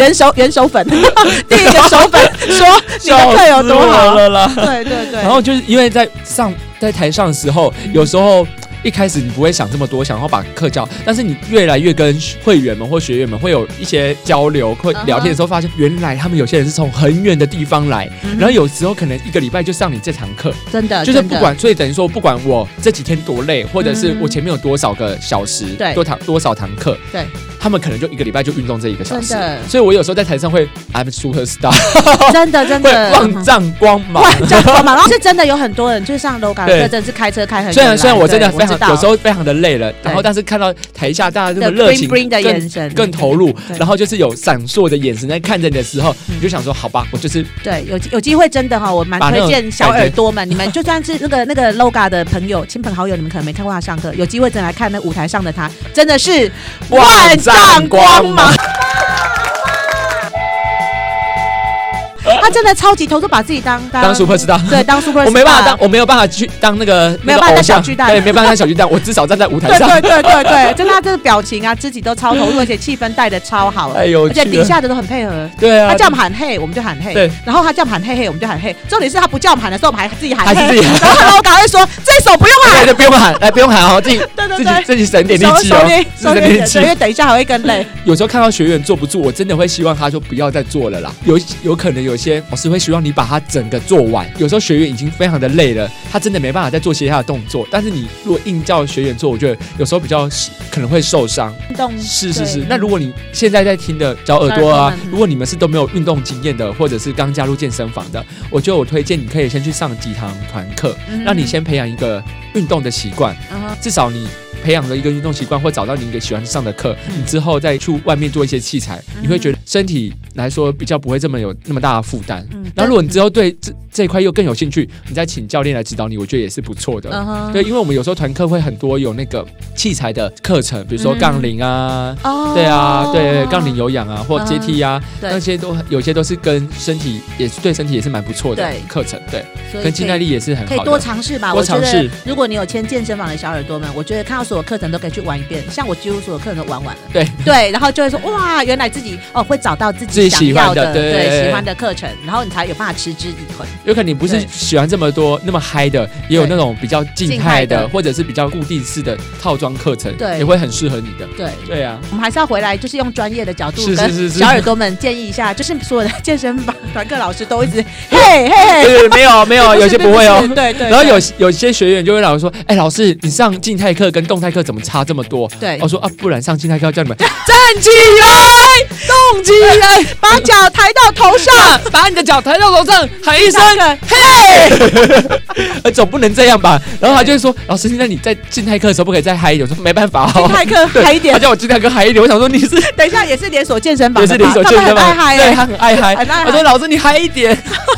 [SPEAKER 1] 人手人手粉 第一 个手粉说你的课有多
[SPEAKER 2] 笑死我
[SPEAKER 1] 好，啊
[SPEAKER 2] 了啦。
[SPEAKER 1] 对对对，
[SPEAKER 2] 然后就是因为在上在台上的时候，有时候一开始你不会想这么多，想要把课教，但是你越来越跟会员们或学员们会有一些交流或
[SPEAKER 1] 嗯哼
[SPEAKER 2] 聊天的时候，发现原来他们有些人是从很远的地方来，
[SPEAKER 1] 嗯
[SPEAKER 2] 然后有时候可能一个礼拜就上你这堂课，
[SPEAKER 1] 真的
[SPEAKER 2] 就是
[SPEAKER 1] 真的
[SPEAKER 2] 不管，所以等于说不管我这几天多累，或者是
[SPEAKER 1] 嗯
[SPEAKER 2] 我前面有多少个小时，
[SPEAKER 1] 对
[SPEAKER 2] 多堂多少堂课，
[SPEAKER 1] 嗯对，
[SPEAKER 2] 他们可能就一个礼拜就运动这一个小时
[SPEAKER 1] 真的，
[SPEAKER 2] 所以我有时候在台上会 I'm super star，
[SPEAKER 1] 真的真
[SPEAKER 2] 会
[SPEAKER 1] 的
[SPEAKER 2] 万丈光芒。
[SPEAKER 1] 哇，这样说 嘛，然后是真的有很多人，就是上 LOGA
[SPEAKER 2] 对
[SPEAKER 1] 的课，真的是开车开很远来。
[SPEAKER 2] 虽然虽然我真的
[SPEAKER 1] 对
[SPEAKER 2] 非常
[SPEAKER 1] 知道
[SPEAKER 2] 有时候非常的累了，然后但是看到台下大家这么热情，
[SPEAKER 1] bring 的眼
[SPEAKER 2] 更
[SPEAKER 1] 神
[SPEAKER 2] 更投入，
[SPEAKER 1] 对
[SPEAKER 2] 然后就是有闪烁的眼神在看着你的时候，你就想说好吧，我就是
[SPEAKER 1] 对，有有机会真的哈，我蛮
[SPEAKER 2] 把那
[SPEAKER 1] 推
[SPEAKER 2] 种
[SPEAKER 1] 荐小
[SPEAKER 2] 感觉
[SPEAKER 1] 耳朵们，你们就算是那个那个 LOGA 的朋友、亲朋好友，你们可能没看过他上课，有机会真的来看那舞台上的他，真的是
[SPEAKER 2] 万丈光芒。
[SPEAKER 1] 他他真的超级投入，把自己当
[SPEAKER 2] 当 super star。
[SPEAKER 1] 对，当 super，
[SPEAKER 2] 我没办法
[SPEAKER 1] star
[SPEAKER 2] 当，。我没有办法去当那个
[SPEAKER 1] 没有
[SPEAKER 2] 那个
[SPEAKER 1] 办法
[SPEAKER 2] 偶
[SPEAKER 1] 当小
[SPEAKER 2] 像
[SPEAKER 1] 巨蛋
[SPEAKER 2] 对，没有办法当小 巨蛋，我至少站在舞台
[SPEAKER 1] 对
[SPEAKER 2] 上。
[SPEAKER 1] 对对对对，真的，他这个表情啊，肢体都超投入，而且气氛带的超好，
[SPEAKER 2] 哎呦，
[SPEAKER 1] 而且
[SPEAKER 2] 去
[SPEAKER 1] 底
[SPEAKER 2] 了
[SPEAKER 1] 下的都很配合。
[SPEAKER 2] 对啊，
[SPEAKER 1] 他叫我们喊嘿，我们就喊嘿
[SPEAKER 2] 对；
[SPEAKER 1] 然后他叫我们喊嘿嘿，我们就喊嘿。重点是他不叫我们喊的时候，我们还自己喊
[SPEAKER 2] 还
[SPEAKER 1] 嘿。
[SPEAKER 2] 是自己喊
[SPEAKER 1] 然后他老赶快说：“这首不用
[SPEAKER 2] 对
[SPEAKER 1] 喊。
[SPEAKER 2] 对，不用喊，来不用喊哦，自己
[SPEAKER 1] 对对
[SPEAKER 2] 自
[SPEAKER 1] 对
[SPEAKER 2] 己自己省点力
[SPEAKER 1] 收
[SPEAKER 2] 气
[SPEAKER 1] 收
[SPEAKER 2] 哦
[SPEAKER 1] 敛，
[SPEAKER 2] 自己
[SPEAKER 1] 收
[SPEAKER 2] 省
[SPEAKER 1] 敛
[SPEAKER 2] 点力
[SPEAKER 1] 点，
[SPEAKER 2] 气
[SPEAKER 1] 因。为等一下还会更累。
[SPEAKER 2] 有时候看到学员坐不住，我真的会希望他就不要再做了啦。有有可能有些老师会希望你把他整个做完。有时候学员已经非常的累了，他真的没办法再做其他的动作。但是你如果硬叫学员做，我觉得有时候比较是可能会受伤。
[SPEAKER 1] 运动
[SPEAKER 2] 是是是
[SPEAKER 1] 嗯对。
[SPEAKER 2] 那如果你现在在听的小耳
[SPEAKER 1] 小
[SPEAKER 2] 朵
[SPEAKER 1] 耳朵
[SPEAKER 2] 啊
[SPEAKER 1] 们，
[SPEAKER 2] 如果你们是都没有运动经验的，或者是刚加入健身房的，我觉得我推荐你可以先去上几堂团课，
[SPEAKER 1] 嗯
[SPEAKER 2] 让你先培养一个运动的习惯。
[SPEAKER 1] 嗯哼
[SPEAKER 2] 至少你培养了一个运动习惯，或找到你一个喜欢上的课，你之后再去外面做一些器材，
[SPEAKER 1] 嗯
[SPEAKER 2] 你会觉得身体来说比较不会这么有那么大的负担。
[SPEAKER 1] 嗯
[SPEAKER 2] 然后如果你之后对这这一块又更有兴趣，你再请教练来指导你，我觉得也是不错的。
[SPEAKER 1] 嗯哼
[SPEAKER 2] 对，因为我们有时候团课会很多有那个器材的课程，比如说
[SPEAKER 1] 嗯
[SPEAKER 2] 杠铃啊。
[SPEAKER 1] 哦嗯
[SPEAKER 2] 对啊，对杠铃有氧啊，或阶梯啊，
[SPEAKER 1] 对
[SPEAKER 2] 那些都有些都是跟身体也是对身体也是蛮不错的
[SPEAKER 1] 对
[SPEAKER 2] 课程，对，
[SPEAKER 1] 所以
[SPEAKER 2] 跟肌耐力也是很
[SPEAKER 1] 可以
[SPEAKER 2] 好
[SPEAKER 1] 多
[SPEAKER 2] 的。
[SPEAKER 1] 尝试吧。
[SPEAKER 2] 多
[SPEAKER 1] 我觉
[SPEAKER 2] 尝
[SPEAKER 1] 得
[SPEAKER 2] 试
[SPEAKER 1] 如果你有签健身房的小耳朵们，我觉得看到所有课程都可以去玩一遍。像我几乎所有课程都玩完了。
[SPEAKER 2] 对
[SPEAKER 1] 对，然后就会说哇，原来自己哦会找到自
[SPEAKER 2] 自己
[SPEAKER 1] 己想
[SPEAKER 2] 喜欢
[SPEAKER 1] 要
[SPEAKER 2] 的对
[SPEAKER 1] 对喜欢的课程，然后你才有办法持之以恒。
[SPEAKER 2] 有可能你不是
[SPEAKER 1] 对
[SPEAKER 2] 喜欢这么多那么嗨的，也有
[SPEAKER 1] 对
[SPEAKER 2] 那种比较静态
[SPEAKER 1] 静态
[SPEAKER 2] 的，
[SPEAKER 1] 的
[SPEAKER 2] 或者是比较固定式的套装课程，
[SPEAKER 1] 对
[SPEAKER 2] 也会很适合你的。
[SPEAKER 1] 对。
[SPEAKER 2] 对啊，
[SPEAKER 1] 我们还是要回来，就是用专业的角度
[SPEAKER 2] 是是是
[SPEAKER 1] 跟
[SPEAKER 2] 是
[SPEAKER 1] 小耳朵们建议一下，就是所有的健身房团课老师都一 直嘿嘿嘿，
[SPEAKER 2] 哎对，没 有啊没有，
[SPEAKER 1] 是
[SPEAKER 2] 有些不会哦
[SPEAKER 1] 是。对对。
[SPEAKER 2] 然后
[SPEAKER 1] 对
[SPEAKER 2] 有有些学员就会老师说，哎，老师，你上静态课跟动态课怎么差这么多？
[SPEAKER 1] 对
[SPEAKER 2] 我说啊，不然上静态课要叫 你们
[SPEAKER 1] 站起来，动起来，把脚抬到头上，
[SPEAKER 2] 把你的脚抬到楼上，喊一声，
[SPEAKER 1] 那个
[SPEAKER 2] 呃，总不能这样吧？然后他就会说，老师，那你在静态课的时候不可以再嗨一点？我说没办法哦。
[SPEAKER 1] 泰克嗨一点
[SPEAKER 2] 他。叫我静态课嗨一点，我想说你是
[SPEAKER 1] 等一下也是连锁健身房
[SPEAKER 2] 也
[SPEAKER 1] 的吧，
[SPEAKER 2] 是连锁健
[SPEAKER 1] 他
[SPEAKER 2] 身
[SPEAKER 1] 们很
[SPEAKER 2] 房，
[SPEAKER 1] 爱
[SPEAKER 2] 对
[SPEAKER 1] 嗨欸
[SPEAKER 2] 他很爱嗨。
[SPEAKER 1] 很爱
[SPEAKER 2] 我
[SPEAKER 1] 嗨
[SPEAKER 2] 说老师你嗨一点，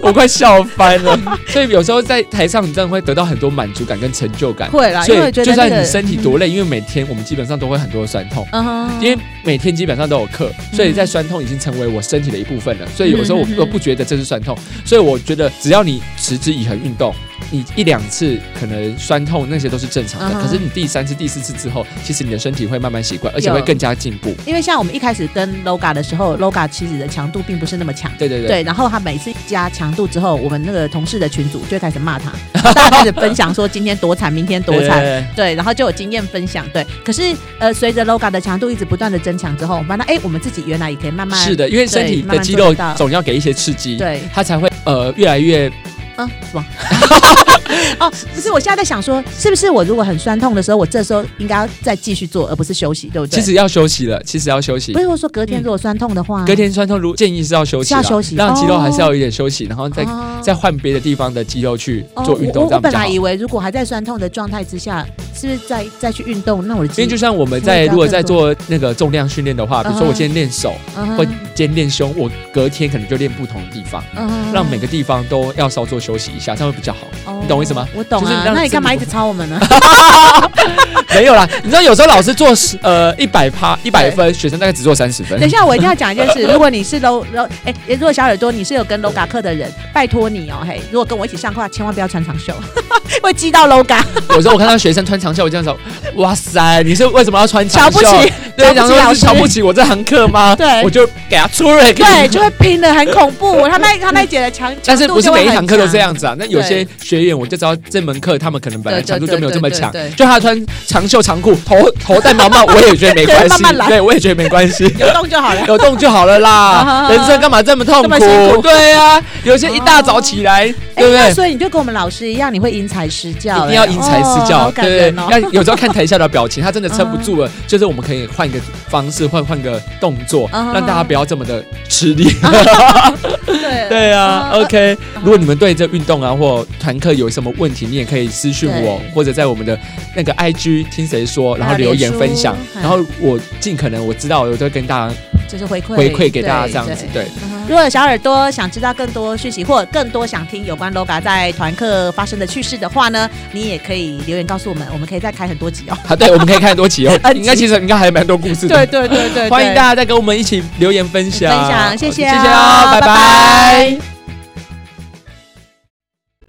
[SPEAKER 2] 我快笑翻了。所以有时候在台上，你真的会得到很多满足感跟成就感。
[SPEAKER 1] 会啦，
[SPEAKER 2] 所
[SPEAKER 1] 因为
[SPEAKER 2] 以
[SPEAKER 1] 我觉
[SPEAKER 2] 就
[SPEAKER 1] 得
[SPEAKER 2] 算
[SPEAKER 1] 那个
[SPEAKER 2] 你身体多累，因为每天我们基本上都会很多酸痛。
[SPEAKER 1] 嗯哼
[SPEAKER 2] 因为每天基本上都有课，所以在酸痛已经成为我身体的一部分了。所以有时候我
[SPEAKER 1] 嗯嗯嗯嗯
[SPEAKER 2] 我不觉得这是酸痛，所以我觉得只要你持之以恒运动，你一两次可能酸痛那些都是正常
[SPEAKER 1] 嗯
[SPEAKER 2] 的。
[SPEAKER 1] 哼
[SPEAKER 2] 可是你第三次、第四次之后，其实你的身体会慢慢习惯，而且会
[SPEAKER 1] 有
[SPEAKER 2] 更加进步。
[SPEAKER 1] 因为像我们一开始跟 LOGA 的时候，LOGA 其实的强度并不是那么强。
[SPEAKER 2] 对对对。
[SPEAKER 1] 对，然后他每次加强度之后，我们那个同事的群组就会开始骂 他，大家开始分享说今天多惨，明天多惨，
[SPEAKER 2] 对
[SPEAKER 1] 对，然后就有经验分享，对。可是呃，随着 LOGA 的强度一直不断的增强之后，我们发现哎，我们自己原来也可以慢慢
[SPEAKER 2] 是的，因为身体
[SPEAKER 1] 对慢
[SPEAKER 2] 的
[SPEAKER 1] 慢
[SPEAKER 2] 肌
[SPEAKER 1] 做
[SPEAKER 2] 肉
[SPEAKER 1] 得到
[SPEAKER 2] 总要给一些刺激，
[SPEAKER 1] 对，
[SPEAKER 2] 它才会呃越来越
[SPEAKER 1] 嗯，什么？ 哦，不是，我现在在想说，是不是我如果很酸痛的时候，我这时候应该要再继续做，而不是休息，对不对？
[SPEAKER 2] 其实要休息了，其实要休息
[SPEAKER 1] 不。是我说隔天
[SPEAKER 2] 嗯
[SPEAKER 1] 如果酸痛的话，
[SPEAKER 2] 隔天酸痛如建议是要休息啦，
[SPEAKER 1] 是要休息
[SPEAKER 2] 让肌肉还是
[SPEAKER 1] 哦
[SPEAKER 2] 要有一点休息，然后再
[SPEAKER 1] 哦
[SPEAKER 2] 再换别的地方的肌肉去
[SPEAKER 1] 哦
[SPEAKER 2] 做运
[SPEAKER 1] 我
[SPEAKER 2] 动，
[SPEAKER 1] 我
[SPEAKER 2] 这
[SPEAKER 1] 我
[SPEAKER 2] 样比
[SPEAKER 1] 本
[SPEAKER 2] 较
[SPEAKER 1] 来
[SPEAKER 2] 好。
[SPEAKER 1] 以为如果还在酸痛的状态之下，是不是再再去运动，那我的
[SPEAKER 2] 因
[SPEAKER 1] 肌
[SPEAKER 2] 为就像我们在
[SPEAKER 1] 我也不
[SPEAKER 2] 如
[SPEAKER 1] 知道
[SPEAKER 2] 果在做那个重量训练的话，比如说
[SPEAKER 1] 嗯
[SPEAKER 2] 我
[SPEAKER 1] 哼
[SPEAKER 2] 今天练手
[SPEAKER 1] 嗯
[SPEAKER 2] 或
[SPEAKER 1] 哼
[SPEAKER 2] 今天练胸，我隔天可能就练不同的地方，
[SPEAKER 1] 嗯哼
[SPEAKER 2] 让每个地方都要稍作休息一下，这样会比较好。
[SPEAKER 1] 哦
[SPEAKER 2] 你懂我意思吗？
[SPEAKER 1] 我懂
[SPEAKER 2] 就是
[SPEAKER 1] 啊，
[SPEAKER 2] 让
[SPEAKER 1] 那你
[SPEAKER 2] 自己
[SPEAKER 1] 干嘛一直抄我 们呢？
[SPEAKER 2] 没有啦，你知道有时候老师做十呃一百趴一百分，学生大概只做三十分
[SPEAKER 1] 等一。下，我一定要讲一件事。如果你是 low low，哎、如果小耳朵你是有跟 loga 课的人，拜托你哦，嘿，如果跟我一起上课，千万不要穿长袖， 会激到 loga。
[SPEAKER 2] 有时候我看到学生穿长袖，我这样说，哇塞，你是为什么要穿长袖？
[SPEAKER 1] 瞧不起，瞧
[SPEAKER 2] 对，然
[SPEAKER 1] 不起
[SPEAKER 2] 后
[SPEAKER 1] 老
[SPEAKER 2] 是
[SPEAKER 1] 师
[SPEAKER 2] 瞧不起我这堂课吗？
[SPEAKER 1] 对
[SPEAKER 2] 我就给他出来。给
[SPEAKER 1] 对，
[SPEAKER 2] 你
[SPEAKER 1] 就会拼的很恐怖。他那他那一节的强，
[SPEAKER 2] 但是
[SPEAKER 1] 强度
[SPEAKER 2] 不是
[SPEAKER 1] 就会
[SPEAKER 2] 每一
[SPEAKER 1] 很
[SPEAKER 2] 堂课都
[SPEAKER 1] 强
[SPEAKER 2] 这？样子啊？那有些学员我就知道这门课他们可能本来
[SPEAKER 1] 对对
[SPEAKER 2] 强度就没有这么
[SPEAKER 1] 对对
[SPEAKER 2] 强
[SPEAKER 1] 对对，
[SPEAKER 2] 就他穿长袖长裤，头头戴毛 帽，我也觉得没关
[SPEAKER 1] 慢
[SPEAKER 2] 系
[SPEAKER 1] 慢，来
[SPEAKER 2] 对我也觉得没 关系。
[SPEAKER 1] 有动就好了。
[SPEAKER 2] 有动就好了啦，
[SPEAKER 1] 啊
[SPEAKER 2] 人生干嘛这么痛
[SPEAKER 1] 这么辛
[SPEAKER 2] 苦？
[SPEAKER 1] 苦
[SPEAKER 2] 对啊，有些一大早起来， 对不
[SPEAKER 1] 哎
[SPEAKER 2] 对
[SPEAKER 1] 那？所以你就跟我们老师一样，你会因材施教、
[SPEAKER 2] 一定要因材施
[SPEAKER 1] 哦
[SPEAKER 2] 教，
[SPEAKER 1] 好感
[SPEAKER 2] 对
[SPEAKER 1] 人哦嗯
[SPEAKER 2] 对。要有时候看台下的表情，他真的撑不住了，就是我们可以换一个方式，换换个动作，
[SPEAKER 1] 嗯
[SPEAKER 2] 让大家不要这么的吃力。
[SPEAKER 1] 对
[SPEAKER 2] 对啊
[SPEAKER 1] 嗯
[SPEAKER 2] ，OK。如果你们对这运动啊或团课有什么问题，你也可以私讯我，
[SPEAKER 1] 对
[SPEAKER 2] 或者在我们的那个 IG 听谁说，然后
[SPEAKER 1] 还有
[SPEAKER 2] 留言
[SPEAKER 1] 脸书
[SPEAKER 2] 分享，
[SPEAKER 1] 嗯
[SPEAKER 2] 然后我尽可能我知道，我就会跟大家
[SPEAKER 1] 就是回馈
[SPEAKER 2] 回馈给大家这样子。
[SPEAKER 1] 对
[SPEAKER 2] 对，
[SPEAKER 1] 嗯哼
[SPEAKER 2] 因
[SPEAKER 1] 如果有小耳朵想知道更多讯息，或者更多想听有关 LOGA 在团课发生的趣事的话呢，你也可以留言告诉我们，我们可以再开很多集哦。
[SPEAKER 2] 啊好，对，我们可以看很多 集哦
[SPEAKER 1] 很，集
[SPEAKER 2] 应该其实应该还蛮多故事的。
[SPEAKER 1] 对对对对，
[SPEAKER 2] 欢迎大
[SPEAKER 1] 家
[SPEAKER 2] 家再跟我们一起留言分享，
[SPEAKER 1] 分享，谢谢啊，
[SPEAKER 2] 谢谢啊，拜拜